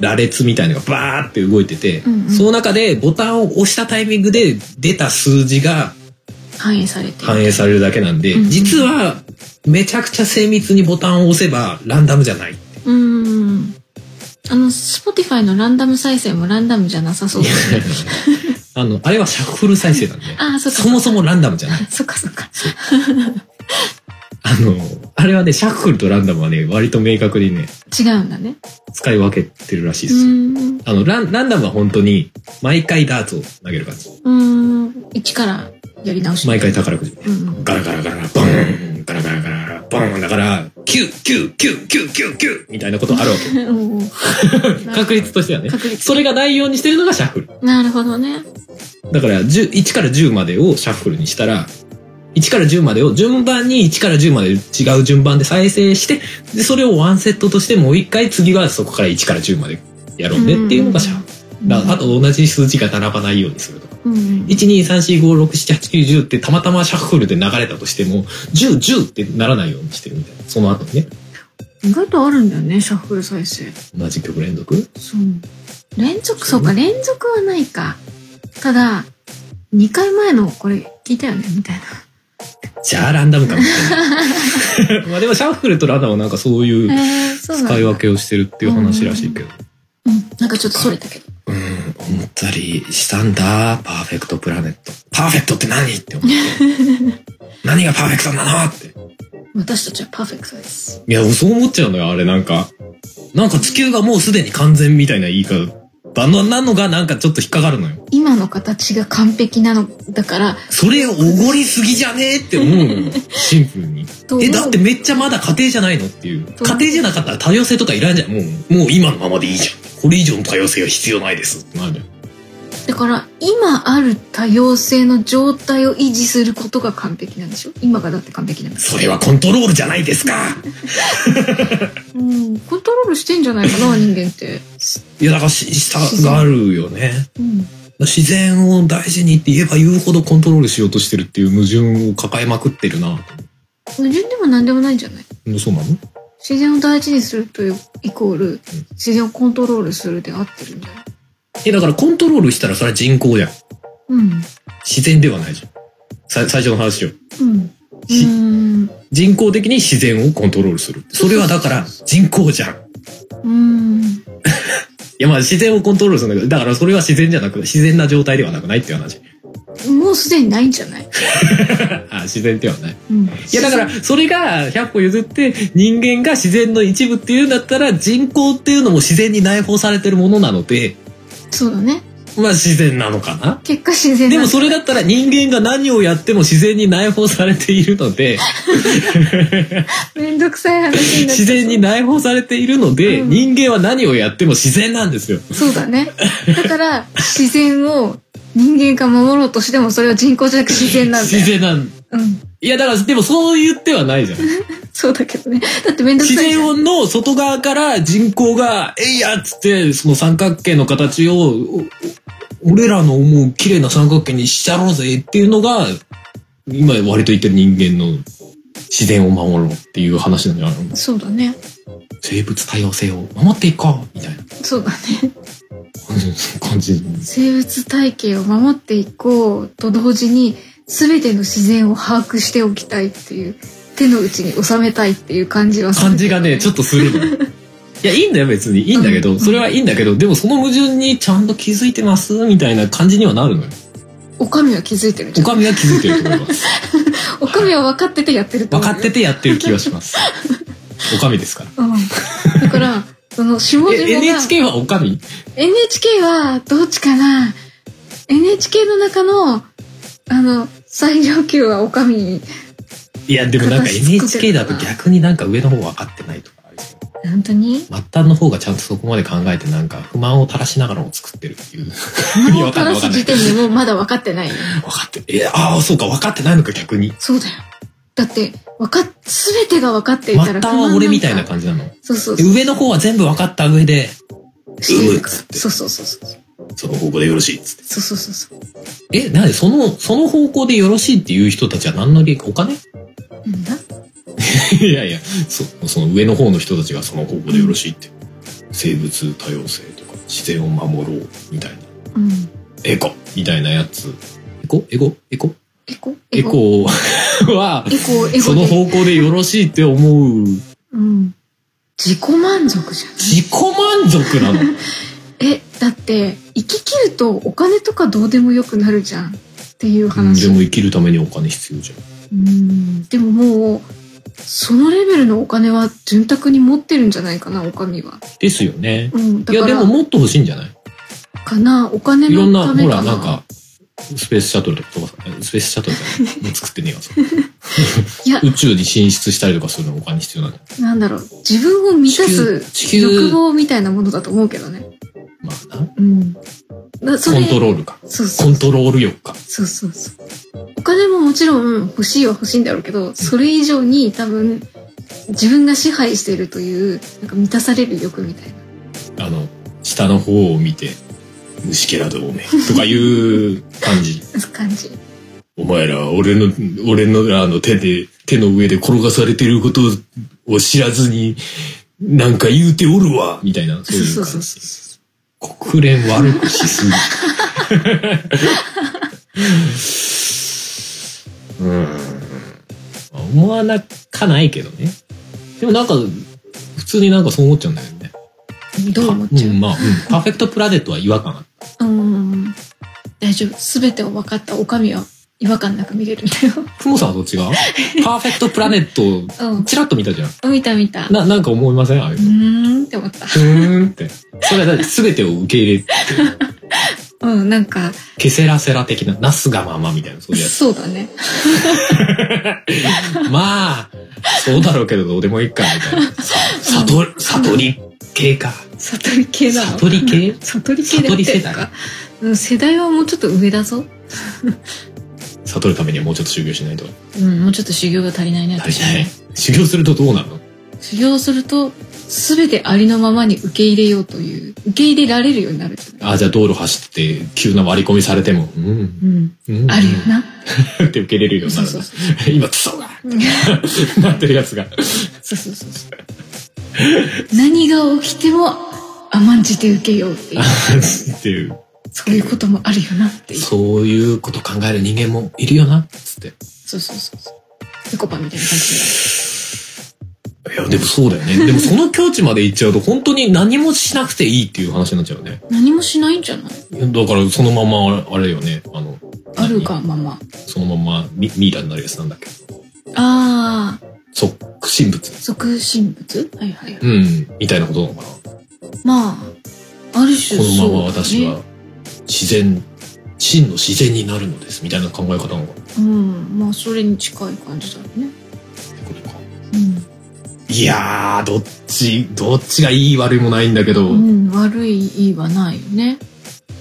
B: 羅列みたいのがバーって動いてて、
C: うんうん
B: その中でボタンを押したタイミングで出た数字が
C: 反映されてる。
B: 反映されるだけなんで、
C: うん
B: 実はめちゃくちゃ精密にボタンを押せばランダムじゃ
C: [laughs]
B: ない。
C: うんうんうん。あの、Spotify のランダム再生もランダムじゃなさそうだね。
B: あの、あれはシャッフル再生なんで、
C: ああ、そっか。
B: そもそもランダムじゃない。
C: そっかそっか。
B: あの、あれはね、シャッフルとランダムはね、割と明確にね、
C: 違うんだね。
B: 使い分けてるらしいで
C: う
B: すよ。
C: ん。
B: あのラン、ランダムは本当に、毎回ダーツを投げる感じ。
C: うん。一からやり直し。
B: 毎回宝くじ。
C: うんうん。
B: ガラガラガラ、ボーンガラガラガラ、ボーンだから、キューキューキューキューキューキューみたいなことあるわけ。
C: うん [laughs] うん
B: 確率としてはね。
C: 確率
B: それがないようにしてるのがシャッフル。
C: なるほどね。
B: だから、10 1から10までをシャッフルにしたら、1から10までを順番に1から10まで違う順番で再生して、で、それをワンセットとしてもう一回次はそこから1から10までやろうねっていうのがシャッフル。だからあと同じ数字が並ばないようにするとか。
C: うんうん、
B: 1,2,3,4,5,6,7,8,9,10ってたまたまシャッフルで流れたとしても、10、10ってならないようにしてるみたいな。その後にね、
C: 意外とあるんだよね、シャッフル再生。
B: 同じ曲連続
C: そう。連続、そうか、連続はないか。ただ、2回前のこれ聞いたよね、みたいな。
B: じゃあランダムかもしれ [laughs] ない。まあでもシャッフルとランダムはなんかそういう
C: へえ、そうなんだ
B: 使い分けをしてるっていう話らしいけど。
C: うん、なんかちょっとそれたけど。
B: うん、思ったりしたんだ。パーフェクトプラネット。パーフェクトって何って思 [laughs] って。何がパーフェクトなのって。
C: 私たちはパーフェクトです。
B: いや、そう思っちゃうのよ、あれなんか。なんか地球がもうすでに完全みたいな言い方。だな、なのがなんかちょっと引っかかるのよ。
C: 今の形が完璧なのだから、
B: それおごりすぎじゃねえって思うのよ。シンプ [laughs] ルに。
C: と
B: え、だってめっちゃまだ家庭じゃないのっていう。
C: そう
B: 家庭じゃなかったら多様性とかいらんじゃん。もう、もう今のままでいいじゃん。これ以上の多様性は必要ないですってなるじゃん。
C: だから、今ある多様性の状態を維持することが完璧なんでしょ今がだって完璧なんです。
B: それはコントロールじゃないですか。
C: うん、コントロールしてんじゃないかな、人間って。
B: [laughs] いや、だからし、下があるよね。
C: うん。
B: 自然を大事にって言えば言うほどコントロールしようとしてるっていう矛盾を抱えまくってるな。
C: 矛盾でも何でもないんじゃない
B: うんそうなの
C: 自然を大事にするというイコール自然をコントロールするで合ってるんだよ。
B: え、だからコントロールしたらそれは人工じゃん。
C: うん。
B: 自然ではないじゃん。さ最初の話よ。
C: うん。う
B: し
C: ーん。
B: 人工的に自然をコントロールする。それはだから人工じゃん。
C: うーん。
B: いやまあ自然をコントロールするんだけど、だからそれは自然じゃなく、自然な状態ではなくないっていう話。
C: もうすでにないんじゃない
B: あ自然ではない。
C: うん。
B: いやだから、それが100歩譲って人間が自然の一部っていうんだったら人工っていうのも自然に内包されてるものなので、
C: そうだね。
B: まあ自然なのかな
C: 結果自然
B: で
C: な
B: もそれだったら人間が何をやっても自然に内包されているの
C: [laughs]
B: で、
C: めんどくさい話になっ
B: 自
C: ちゃう
B: 然に内包されているので、
C: うん
B: 人間は何をやっても自然なんですよ。
C: そうだね。だから、自然を人間が守ろうとしてもそれは人工じゃなく自然なんだ
B: 自
C: よ。
B: 然なん。
C: うん。
B: いやだから、でもそう言ってはないじゃん。
C: そうだけどね。だってめんど
B: [laughs]
C: く
B: 自
C: さいじゃん。
B: 然音の外側から人口が、えいやっつって、その三角形の形を、おお俺らの思う綺麗な三角形にしちゃろうぜっていうのが、今割と言ってる人間の自然を守ろうっていう話なんじゃないの
C: そうだね。
B: 生物多様性を守っていこうみたいな [laughs]
C: そうだね。
B: 感じ感じ。
C: 生物体系を守っていこうと同時に全ての自然を把握しておきたいっていう手の内に収めたいっていう感じはする
B: 感じがね、ちょっとするの。 [laughs] いや、いいんだよ、別に。いいんだけ
C: う
B: ど、
C: ん
B: それはいいんだけど、でもその矛盾にちゃんと気づいてますみたいな感じにはなるのよ。
C: おかみは気づいてるじ
B: お
C: ゃん
B: かみは気づいてると思います。 [laughs]
C: おかみは分かっててやってると
B: 分
C: 思う
B: かっててやってる気がします。おかみです [laughs] から。
C: うんだからその下々が
B: え、NHK はおかみ
C: NHK はどっちかな NHK の中のあの最上級は女将に
B: いや、でもなんか
C: 形作っ
B: NHK
C: てる
B: だと逆になんか上の方分かってないとかあるよね
C: 本当に
B: 末端の方がちゃんとそこまで考えてなんか不満を垂らしながらも作ってるっていう。
C: 不満を垂らす時点でもうまだ分かってないよ
B: 分かって、え、ああ、そうか、分かってないのか逆に。
C: そうだよだって分かっ全てが分かって
B: 末
C: いたら
B: 端は俺みたいな
C: 不満ん
B: 感
C: か
B: じなの。
C: そうそう
B: で
C: そう
B: 上の方は全部分かった上で、
C: してるか
B: うむっつって
C: らそうそうそうそう
B: その方向でよろしいっつって。
C: そうそうそうそう
B: え、なんでその、その方向でよろしいっていう人たちは何の利益お金
C: なんだ
B: いやいや、そその上の方の人たちがその方向でよろしいって。生物多様性とか自然を守ろうみたいな。
C: うん
B: エコみたいなやつ。エコエコエコ
C: エコ
B: エコは、
C: エコエコ
B: その
C: で
B: 方向でよろしいって思う。
C: うん自己満足じゃん
B: 自己満足なの。
C: えだって生き切るとお金とかどうでもよくなるじゃんっていう
B: うん
C: 話
B: でも生きるためにお金必要じゃん。
C: うんでももうそのレベルのお金は潤沢に持ってるんじゃないかなおかみは、
B: ですよね。
C: うん、
B: い
C: だ
B: や、
C: か
B: で
C: ら
B: ももっと欲しいんじゃない
C: かなお金
B: いろん
C: の
B: な、
C: た
B: ほ、
C: めから
B: なんか、スペースシャトルとか飛ばさ、えスペースシャトルじゃないもう作ってねえわ、それ
C: [laughs] いや
B: 宇宙に進出したりとかするのにお金必要なんだよ。
C: なんだろう自分を満たす
B: 地球地球
C: 欲望みたいなものだと思うけどね
B: まあな。
C: うんだそ
B: コ
C: れ
B: ントロールか。
C: そう
B: コ
C: そう
B: ントロール欲か。
C: そうそうそうお金ももちろん欲しいは欲しいんだろうけどそれ以上に多分自分が支配しているというなんか満たされる欲みたいな
B: あの、下の方を見て、虫けらどもめ。とかいう感じ。
C: 感じ
B: お前ら、俺の、俺のらの手で、手の上で転がされてることを知らずに、なんか言うておるわみたいな、そういう
C: そう
B: 感
C: そう
B: じ。国連悪くしすぎ。 [laughs] うん。まあ思わなかないけどね。でもなんか、普通になんかそう思っちゃうんだよね。
C: どう思っちゃう、
B: んまあ、うんパーフェクトプラネットは違和感ある。
C: うん大丈夫全てを分かったおかみは違和感なく見れるんだよ
B: クモさんはどっち
C: [laughs]
B: がパーフェクトプラネッ [laughs] ト、
C: うん
B: チラッと見たじゃん。
C: 見た見たう
B: な、なんか思いませんああいうの。
C: ーんって思った
B: ふーんって。それは何全てを受け入れて、
C: うんなんか
B: ケセラセラ的な、なすがままみたいな、そういうや
C: [laughs]
B: つ。
C: そうだね
B: まあ、そうだろうけどどうでもいいか、みたいな。さ悟り、悟り系か。
C: 悟り系なの
B: 悟り系
C: 悟り系でや
B: 悟
C: ってる
B: り世代
C: かうん世代はもうちょっと上だぞ
B: 悟るためにはもうちょっと修行しないと。
C: うんもうちょっと修行が足りないね
B: 足りない。修行するとどうなるの
C: 修行すると全てありのままに受け入れようという受け入れられるようになるじゃない
B: あ、じゃあ道路走って、急な割り込みされても、うん、
C: うん
B: うん、
C: あるよな
B: な。って受け入れるようにな
C: そ
B: る
C: う
B: ん
C: そ
B: だ
C: う。そう
B: 今、クソが [laughs]
C: うん
B: なってるや
C: [laughs]
B: つが。
C: そうそうそうそう何が起きても甘んじて受けようっていう
B: っていう。
C: そういうこともあるよなっていうそ
B: そういうこと考える人間もいるよな、つって。
C: うそうそうそうペコパみたいな感じ
B: いや、でもそうだよね。でもその境地まで行っちゃうと、本当に何もしなくていいっていう話になっちゃうよね。
C: 何もしないんじゃない
B: だから、そのままあれ、あれよね。あの、
C: あるがまま
B: 何。そのままミ、ミイラになるやつなんだっけ。
C: ああ
B: 即身仏。
C: 即身仏はいはいはい
B: うん。みたいなことなのかな。
C: まあある種
B: このまま
C: そうだね
B: 私は、自然、真の自然になるのです。みたいな考え方なのかな。って
C: うんまあそれに近い感じだね
B: ことか。
C: う
B: いやー、どっち、どっちがいい悪いもないんだけど、
C: ん、うん、悪いいいはないよね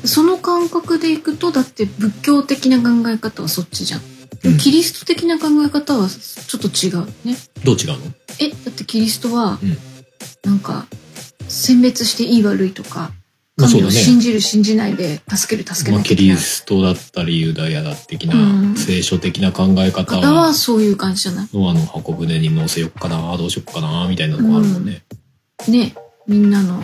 C: その感覚でいくとだって仏教的な考え方はそっちじゃん、
B: うん
C: キリスト的な考え方はちょっと違うね
B: どう違うの
C: えだってキリストは、
B: うん
C: なんか選別していい悪いとか
B: まあそう
C: 神
B: だ
C: を
B: ね
C: 信じる信じないで助ける助け
B: ま
C: な
B: あ、
C: い
B: キ
C: 的
B: リ
C: な
B: ストだったり、ユダヤだ的
C: うん
B: な、聖書的な考え方
C: 方はそういう感じじゃな
B: ノアの箱舟に乗せよっかなどうしよっかなみたいなのもあるもんね。
C: いねみんなの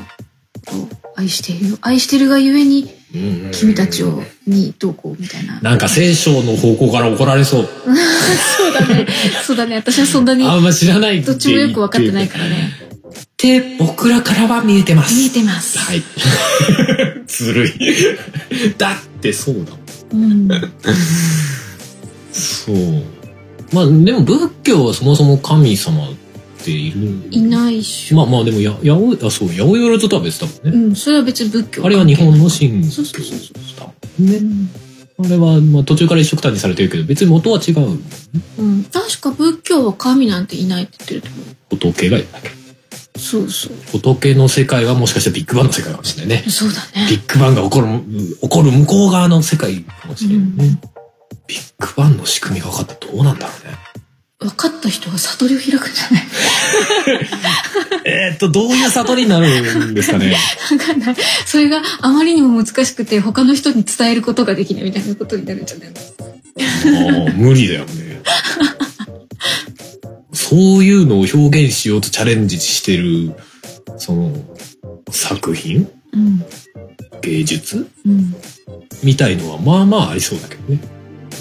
C: ことを愛しているよ愛してるがゆえに
B: うんうん
C: 君たちをにどうこうみたいな
B: なんか聖書の方向から怒られそう。
C: そうだね。そうだね。私はそんなに、
B: あんま知らない
C: どっちもよく分かってない
B: っ
C: からね。
B: ていう。って僕らからは見えてます。
C: 見えてます。
B: はい。ずるい。 [laughs] だってそうだもん。
C: うん。
B: そう。まあでも仏教はそもそも神様っている。
C: いないっしょ。
B: まあまあでもや、やおあ、そう、八百万とは別だもんね。
C: うん、それは別に仏教
B: あれは日本の神仏
C: そうそうそうそ
B: だもんね。あれは、まあ、途中から一緒くたにされてるけど、別に元は違う
C: うん、確か仏教は神なんていないって言ってると思
B: 仏がいるだけ。
C: う。そうそう。
B: 仏の世界はもしかしたらビッグバンの世界かもしれないね。
C: そうだ
B: ビ
C: ね。
B: ッグバンが起こる、起こる向こう側の世界かもしれないね。
C: うん
B: ビッグバンの仕組みが分かってどうなんだろうね。
C: 分かった人が悟りを開くんじゃない
B: えーっと、どういう悟りになるんですかね。
C: わかんない。それがあまりにも難しくて他の人に伝えることができないみたいなことになるんじゃない
B: ああ、無理だよね。そういうのを表現しようとチャレンジしてる、その、作品
C: うん。
B: 芸術
C: うん。
B: みたいのはまあまあありそうだけどね。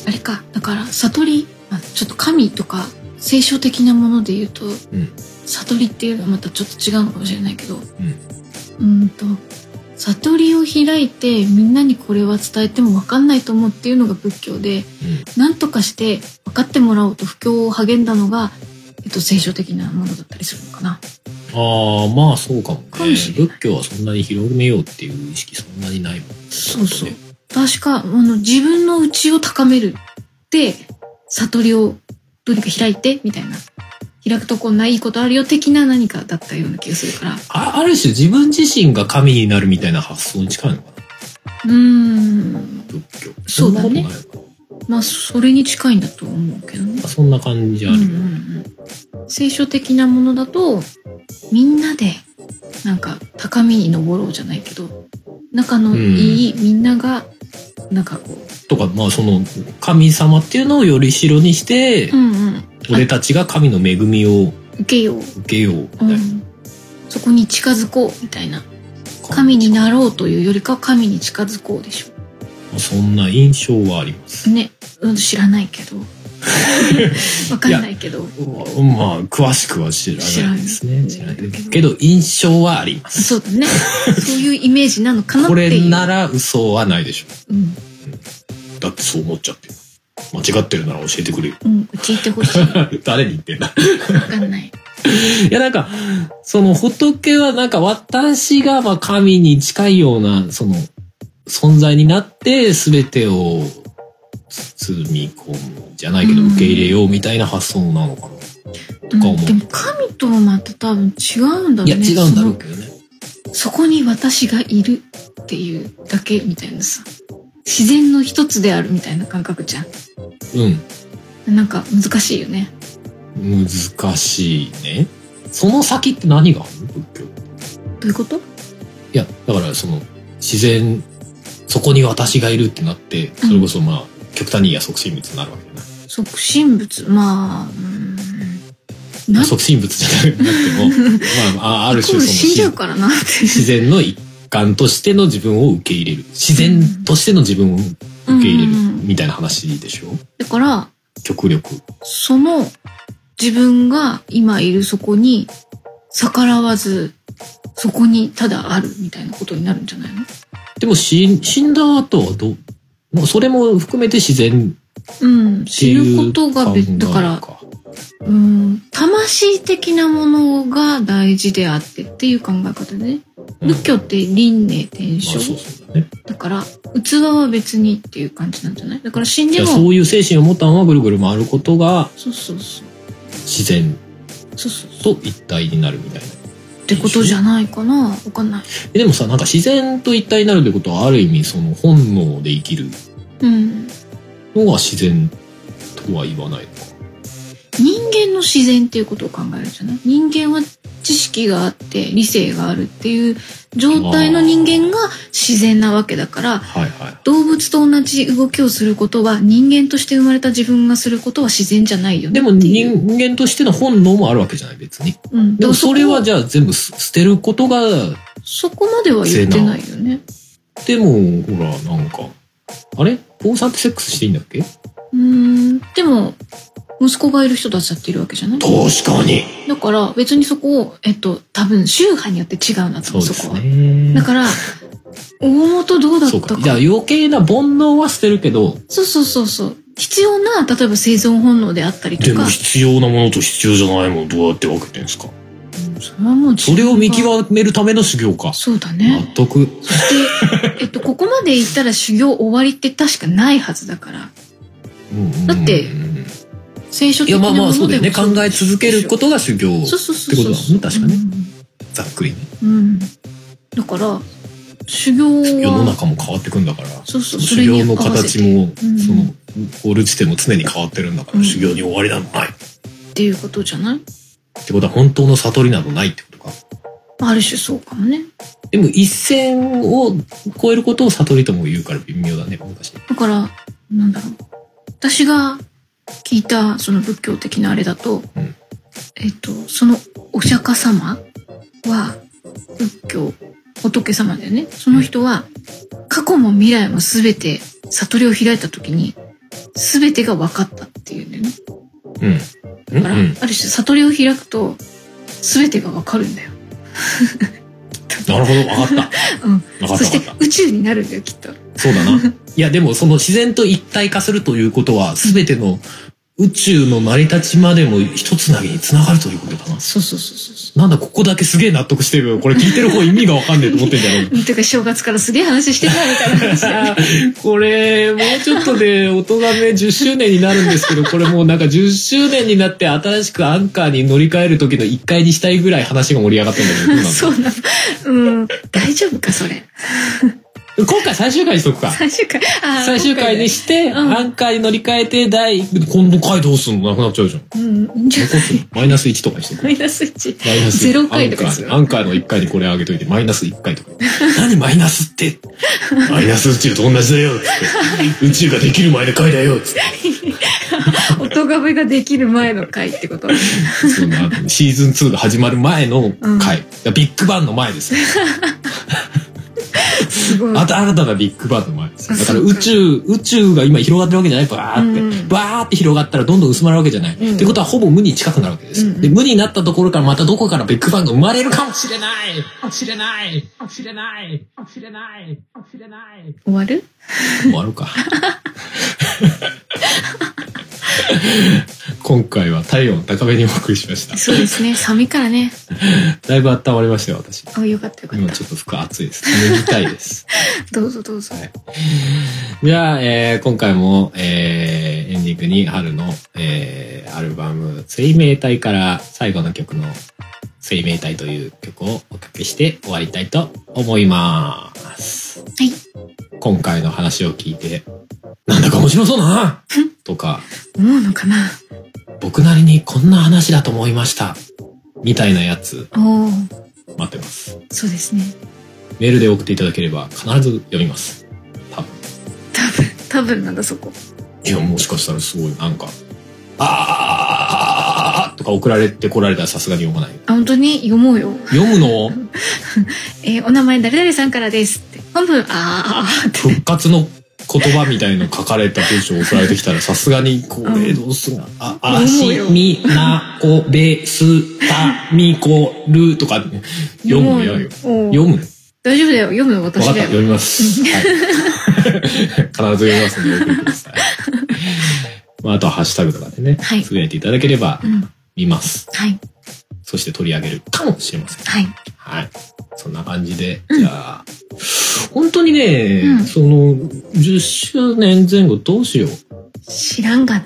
C: あれか、だから悟り、あちょっと神とか聖書的なもので言うと、
B: ん
C: 悟りっていうのはまたちょっと違うのかもしれないけど、うん、と、悟りを開いてみんなにこれは伝えても分かんないと思うっていうのが仏教で、なんとかして分かってもらおうと布教を励んだのが、えっと、聖書的なものだったりするのか
B: あ
C: な。
B: あ、まあそうかもね。
C: かもしれない
B: 仏教はそんなに広めようっていう意識そんなにないもん。
C: そうそう。確か、あの、自分の内を高めるって、悟りをどうにか開いて、みたいな。開くとこんないいことあるよ、的な何かだったような気がするから。う
B: あある種自分自身が神になるみたいな発想に近いのかな
C: ーん。
B: 仏教。
C: そうだね
B: んなことないのか
C: まあ、それに近いんだと思うけどね
B: な。そんな感じあ
C: うん
B: る
C: う
B: よ
C: ん
B: ね。
C: うん。聖書的なものだと、みんなで、なんか、高みに登ろうじゃないけど、仲のいいみんなが、なんかこう、
B: とか、まあその、神様っていうのをよりしろにして、
C: うんうん、
B: 俺たちが神の恵みを
C: 受けよう
B: 受けようみた
C: う
B: いな、
C: ん、そこに近づこうみたいな神になろうというよりかは神に近づこうでしょ
B: そんな印象はあります。
C: うね、うん、知らない [laughs] けどわかんないけど
B: まあ、詳しくは知らないですね。
C: 知
B: 知
C: ら
B: ら
C: な
B: ないいけど、印象はあります。
C: そうだねそういうイメージなのかなっ
B: こ
C: ていう
B: れなら嘘はないでしょ。
C: うん、
B: だってそう思っちゃってる。間違ってるなら教えてくれよ。 [laughs]
C: うん、うち行ってほしいわ
B: 誰に言ってんだ [laughs]
C: かんない
B: いやなんか、その仏はなんか私がまあ神に近いような、その存在になって全てを包み込むじゃないけど
C: うん
B: 受け入れようみたいな発想なのかな。
C: う
B: か思うん
C: でも神とはまた多分違うんだろう
B: い
C: ね
B: や違うんだろうけどね。
C: そのそこに私がいるっていうだけみたいなさ自然の一つであるみたいな感覚じゃ
B: うん。
C: んなんか難しいよね
B: 難しいね。その先って何があるの仏教。い
C: どういうこと
B: や、だからその、自然、そこに私がいるってなって、それこそまあ、極端に言えば即身仏になるわけじゃない。
C: 促進物まあうーんな
B: 即身仏じゃなく
C: [laughs]
B: ても、まあ、あある種
C: イコール
B: その
C: 死んじゃう
B: 自
C: からなって [laughs]
B: 自然の一環としての自分を受け入れる。自然としての自分を受け入れる
C: うんうんう。ん
B: みたいな話でしょ
C: だから
B: 極力。
C: その自分が今いるそこに逆らわずそこにただあるみたいなことになるんじゃないの
B: でも死、死んだ後はどう、まあ、それも含めて自然
C: うん
B: って
C: 死
B: い
C: ぬこ
B: う
C: とが
B: 考え
C: 別だから
B: か。
C: うん魂的なものが大事であってっていう考え方ね
B: うん
C: 仏教って輪廻転
B: まあそう
C: 生
B: そうだね。
C: だから器は別にっていう感じなんじゃないだから死ん
B: い
C: で
B: や
C: も
B: そういう精神を持ったままぐるぐる回ることが
C: そうそうそう
B: 自然
C: そうそう
B: と一体になるみたいな。
C: ってことじゃないかなわかんない。
B: えでもさ、なんか自然と一体になるってことはある意味その本能で生きる
C: うん。
B: のが自然とは言わないのか。
C: 人間の自然っていうことを考えるんじゃない人間は知識があって理性があるっていう状態の人間が自然なわけだから、
B: はいはい。
C: 動物と同じ動きをすることは人間として生まれた自分がすることは自然じゃないよ
B: で
C: ね
B: も
C: ってい
B: 人
C: う。
B: 間としての本能もあるわけじゃない別に。
C: うん、
B: でもそれは
C: だか
B: じゃあ全部す捨てることが、
C: らそこ、そこまでは言ってないよね。
B: でもほらなんか、あれ坊さんってセックスしていいんだっけ
C: うーん。でも、息子がいる人たちだっているわけじゃない
B: 確かに
C: だから別にそこを、えっと、多分宗派によって違うな
B: そ
C: と思
B: う
C: う、
B: で
C: そ
B: す
C: こは。
B: ね。
C: だから、大元どうだっ
B: そう
C: た
B: か。
C: か。
B: じゃあ余計な煩悩は捨てるけど、
C: そうそうそうそう。必要な、例えば生存本能であったりと
B: で
C: か
B: も、必要なものと必要じゃないものどうやって分けてんですか
C: うんそれはもう
B: それを見極めるための修行か。
C: そうだ
B: 納
C: ね。
B: 得。
C: そして、えっと、ここまで行ったら修行終わりって確かないはずだから、だって
B: うんうんうん
C: 聖書
B: い
C: 的
B: や
C: な
B: まあ
C: も
B: まあ
C: のでも
B: そうだよね。考え続けることが修行。
C: そうそうそう
B: ってことだもんね
C: そう
B: 確かねざっくりね。
C: うん、うんだから、修行は、
B: 世の中も変わってくんだから。
C: そうそう、そ
B: 修
C: れに
B: 行の
C: 合わせ
B: 形
C: て
B: も、
C: うん
B: その、ゴール地点も常に変わってるんだから、
C: うん
B: 修行に終わりなんかない。っ
C: っていうことじゃない
B: てことは本当の悟りなどないってことか。
C: ある種そうかもね。
B: でも一線を超えることを悟りとも言うから微妙だね、昔。
C: だから、なんだろう。私が聞いた、その仏教的なあれだと、
B: うん
C: えっと、そのお釈迦様は、仏教、仏様だよね。その人は、過去も未来も全て、悟りを開いた時に、全てが分かったっていうんだよね。
B: うん。う
C: だ
B: ん、
C: から、
B: うん
C: ある種悟りを開くと、全てが分かるんだよ。
B: なるほど、わかった。わ
C: うん。
B: かった、
C: そし
B: わ
C: て
B: かっ
C: 宇宙になるんだよ、きっと。
B: た。そうだな。 [laughs] いや、でもその自然と一体化するということは、すべての宇宙の成り立ちまでも一つなぎにつながるということだな。
C: そうそうそうそうそう。
B: なんだ、ここだけすげえ納得してるけど、これ聞いてる方意味がわかんねえと思ってんじゃ [laughs] ない
C: てか正月からすげえ話してたみたいな話だよね
B: これ、もうちょっと [laughs] で、大人ね、10周年になるんですけど、これもうなんか10周年になって、新しくアンカーに乗り換える時の1回にしたいぐらい話が盛り上がったんだけどどう [laughs] なんだろう、
C: そうなの。うん。大丈夫か、それ。
B: 今回最終回にしとくか。
C: 最終回。あー
B: 最終回にして、
C: うん
B: アンカーに乗り換えて、第、今度回どうすんのなくなっちゃうじゃん。
C: うん。いいんじゃ
B: 残すの [laughs] マイナス1とかにしとく
C: マ。イナス1。
B: マイナス
C: ゼロ回とかに
B: ア
C: す
B: ンカ
C: る
B: ーアンカーの1回にこれ上げといて、マイナス1回とか。 [laughs] 何マイナスって。マイナス宇宙と同じだよ。つって宇宙ができる前の回だよ。
C: [laughs]
B: つって
C: 音がめができる前の回ってこと。
B: その後にシーズン2が始まる前の回、ビッグバンの前ですよ
C: すごい。
B: あと新たなビッグバンの前ですよだから
C: そう
B: 宇
C: か
B: 宙宇宙が今広がってるわけじゃないバーって、
C: うん
B: バーって広がったらどんどん薄まるわけじゃない、
C: うん
B: ってことはほぼ無に近くなるわけです、
C: うんうん
B: で無になったところからまたどこからビッグバンが生まれるかもしれないかもしれないかもしれないかもしれないかもしれない
C: 終わる
B: 終わるか今回は体温高めにお送りしました
C: そうで
B: [laughs]
C: すね。寒いからね。
B: だいぶ温まりましたよ私
C: あ、よかったよかっ
B: 今ちょっと服暑いです。脱ぎたいです。
C: た。どうぞどうぞ。
B: じゃあ、えー今回も、えーエンディングに春の、えーアルバム、生命体から最後の曲の生命体という曲をおかけして終わりたいと思います。
C: はい。
B: 今回の話を聞いて、なんだか面白そうだなとか、
C: 思うのかな
B: 僕なりにこんな話だと思いました。みたいなやつ、
C: おお。
B: 待ってます。
C: そうですね。
B: メールで送っていただければ必ず読みます。多分。
C: 多分、多分なんだそこ。
B: いや、もしかしたらすごい、なんか、あーとか送られてこられたらさすがに読まない。
C: あ、本当に読もうよ。
B: 読むの
C: えーお名前誰々さんからですって。本文、あーって。
B: 復活の言葉みたいの書かれた文章送られてきたらさすがに、これどうすんのあ、あしみなこですたみこるとか、読むのよ。
C: おー
B: 読むの
C: 大丈夫だよ。読むの
B: わか
C: 私
B: っ
C: だ
B: た、
C: よ。
B: 読みます。はい、必ず読みますので、お送りください。まあ、あとはハッシュタグとかでね、
C: はい
B: つぶやいていただければ
C: うん。
B: 見ます。
C: はい。
B: そして取り上げるかもしれません。
C: はい。
B: はい。そんな感じで、じゃあ、本当にね、
C: うん
B: その、10周年前後どうしよう。
C: 知らんがな。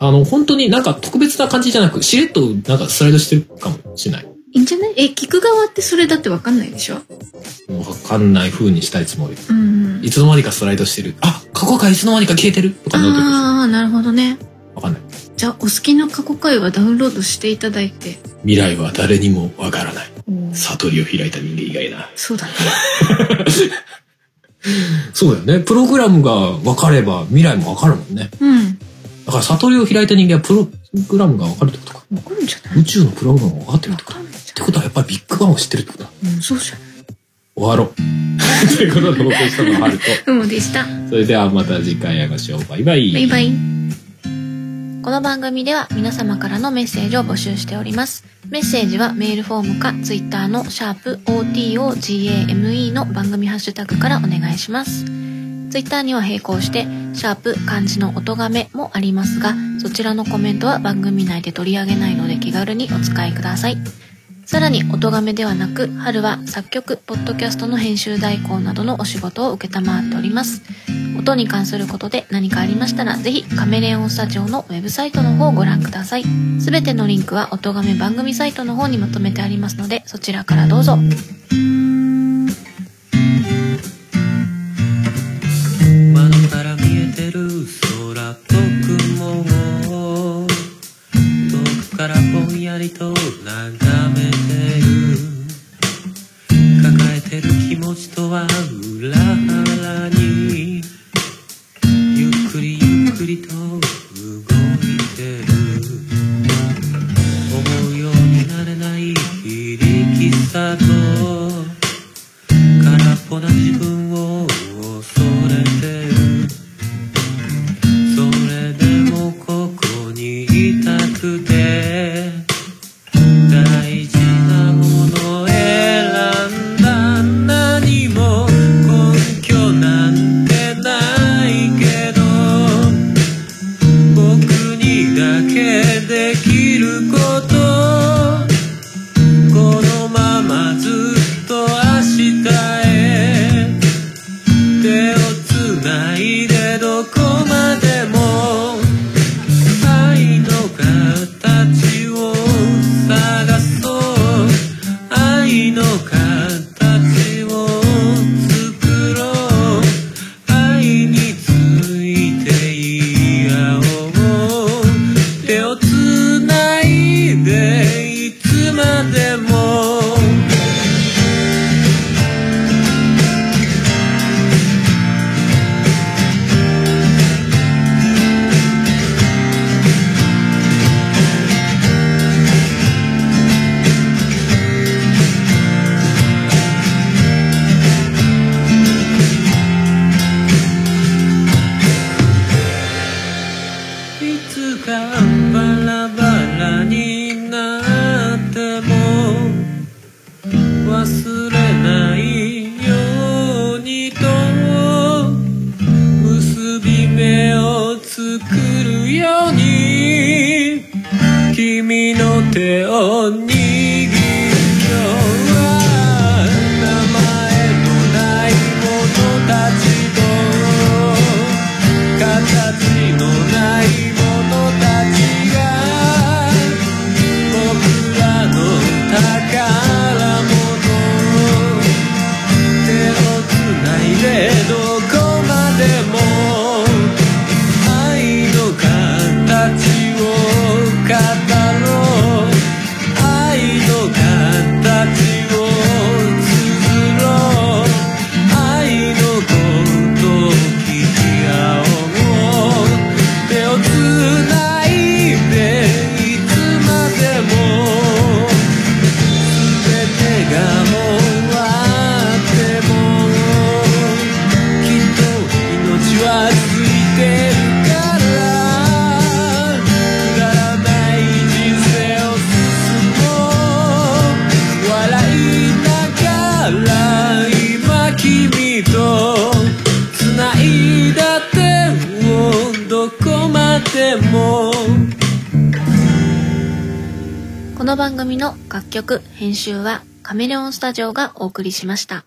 B: あの、本当になんか特別な感じじゃなく、しれっとなんかスライドしてるかもしれない。
C: いいんじゃないえ、聞く側ってそれだってわかんないでしょ
B: わかんない風にしたいつもり。
C: うん
B: い。つの間にかスライドしてる。あ、過去回いつの間にか消えてるとかなってくるでし
C: ああ、なるほどね。
B: ょわかんない。
C: じゃあ、お好きな過去回はダウンロードしていただいて。
B: 未来は誰にもわからない。
C: おー
B: 悟りを開いた人間以外な。
C: そうだね。
B: そうだよね。プログラムが分かれば未来も分かるもんね。
C: うん。
B: だから悟りを開いた人間はプログラムが分かるってことか。
C: わかるんじゃない
B: 宇宙のプログラムが分かってるっ
C: わ
B: てこと
C: かるんじ
B: っ
C: ゃ
B: てことはやっぱりビッグバンを知ってるってことだ。
C: ないうん、そうじゃない
B: 終わろ
A: [laughs]
B: う。ということでお送りしたのはハルと。
C: うん、でした。
B: それではまた次回会いましょう。バイバイ。
C: バイバイ。この番組では皆様からのメッセージを募集しております。メッセージはメールフォームか Twitter のシャープ o t o g a m e の番組ハッシュタグからお願いします。Twitter には並行して、シャープ漢字の音がめもありますが、そちらのコメントは番組内で取り上げないので気軽にお使いください。さらに音亀ではなく春は作曲ポッドキャストの編集代行などのお仕事を承っております音に関することで何かありましたらぜひカメレオンスタジオのウェブサイトの方をご覧くださいすべてのリンクは音亀番組サイトの方にまとめてありますのでそちらからどうぞ
D: 窓から見えてる空と雲を遠くからぼんやりと眺めてる抱えてる気持ちとは裏腹にゆっくりゆっくりと動いてる思うようになれない非力さと空っぽな自分を恐れてるそれでもここにいたくて大事なものを選んだ何も根拠なんてないけど僕にだけできることこのままずっと明日へ手をつないでどこまでも愛の形を探そう愛の形を作ろう愛について言い合おう手をつないでいつまでもいつかバラバラになっても忘れないようにと結び目を作るように君の手を握るよ名前のないものたちと「形のないものたちが僕らの宝物」「手をつないでどこまでも愛の形を語ろう」「愛の形を綴ろう」「愛のことを聞き合おう」「手をつないでいつまでも」「全てがもう終わっても」「きっと命はついてるから」「くだらない人生を進もう」笑いながら今君と繋いだ手をどこまでも
C: この番組の楽曲編集はカメレオンスタジオがお送りしました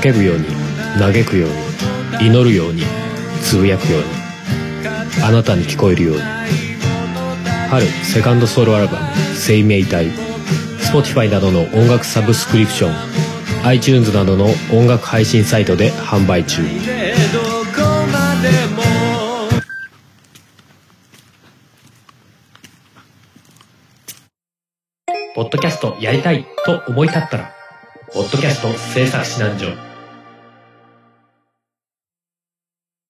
A: 叫ぶように嘆くように祈るようにつぶやくようにあなたに聞こえるように春セカンドソロアルバム「生命体」Spotify などの音楽サブスクリプション iTunes などの音楽配信サイトで販売中
D: でどこまでも
A: ポッドキャストやりたいと思い立ったら「ポッドキャスト制作指南所」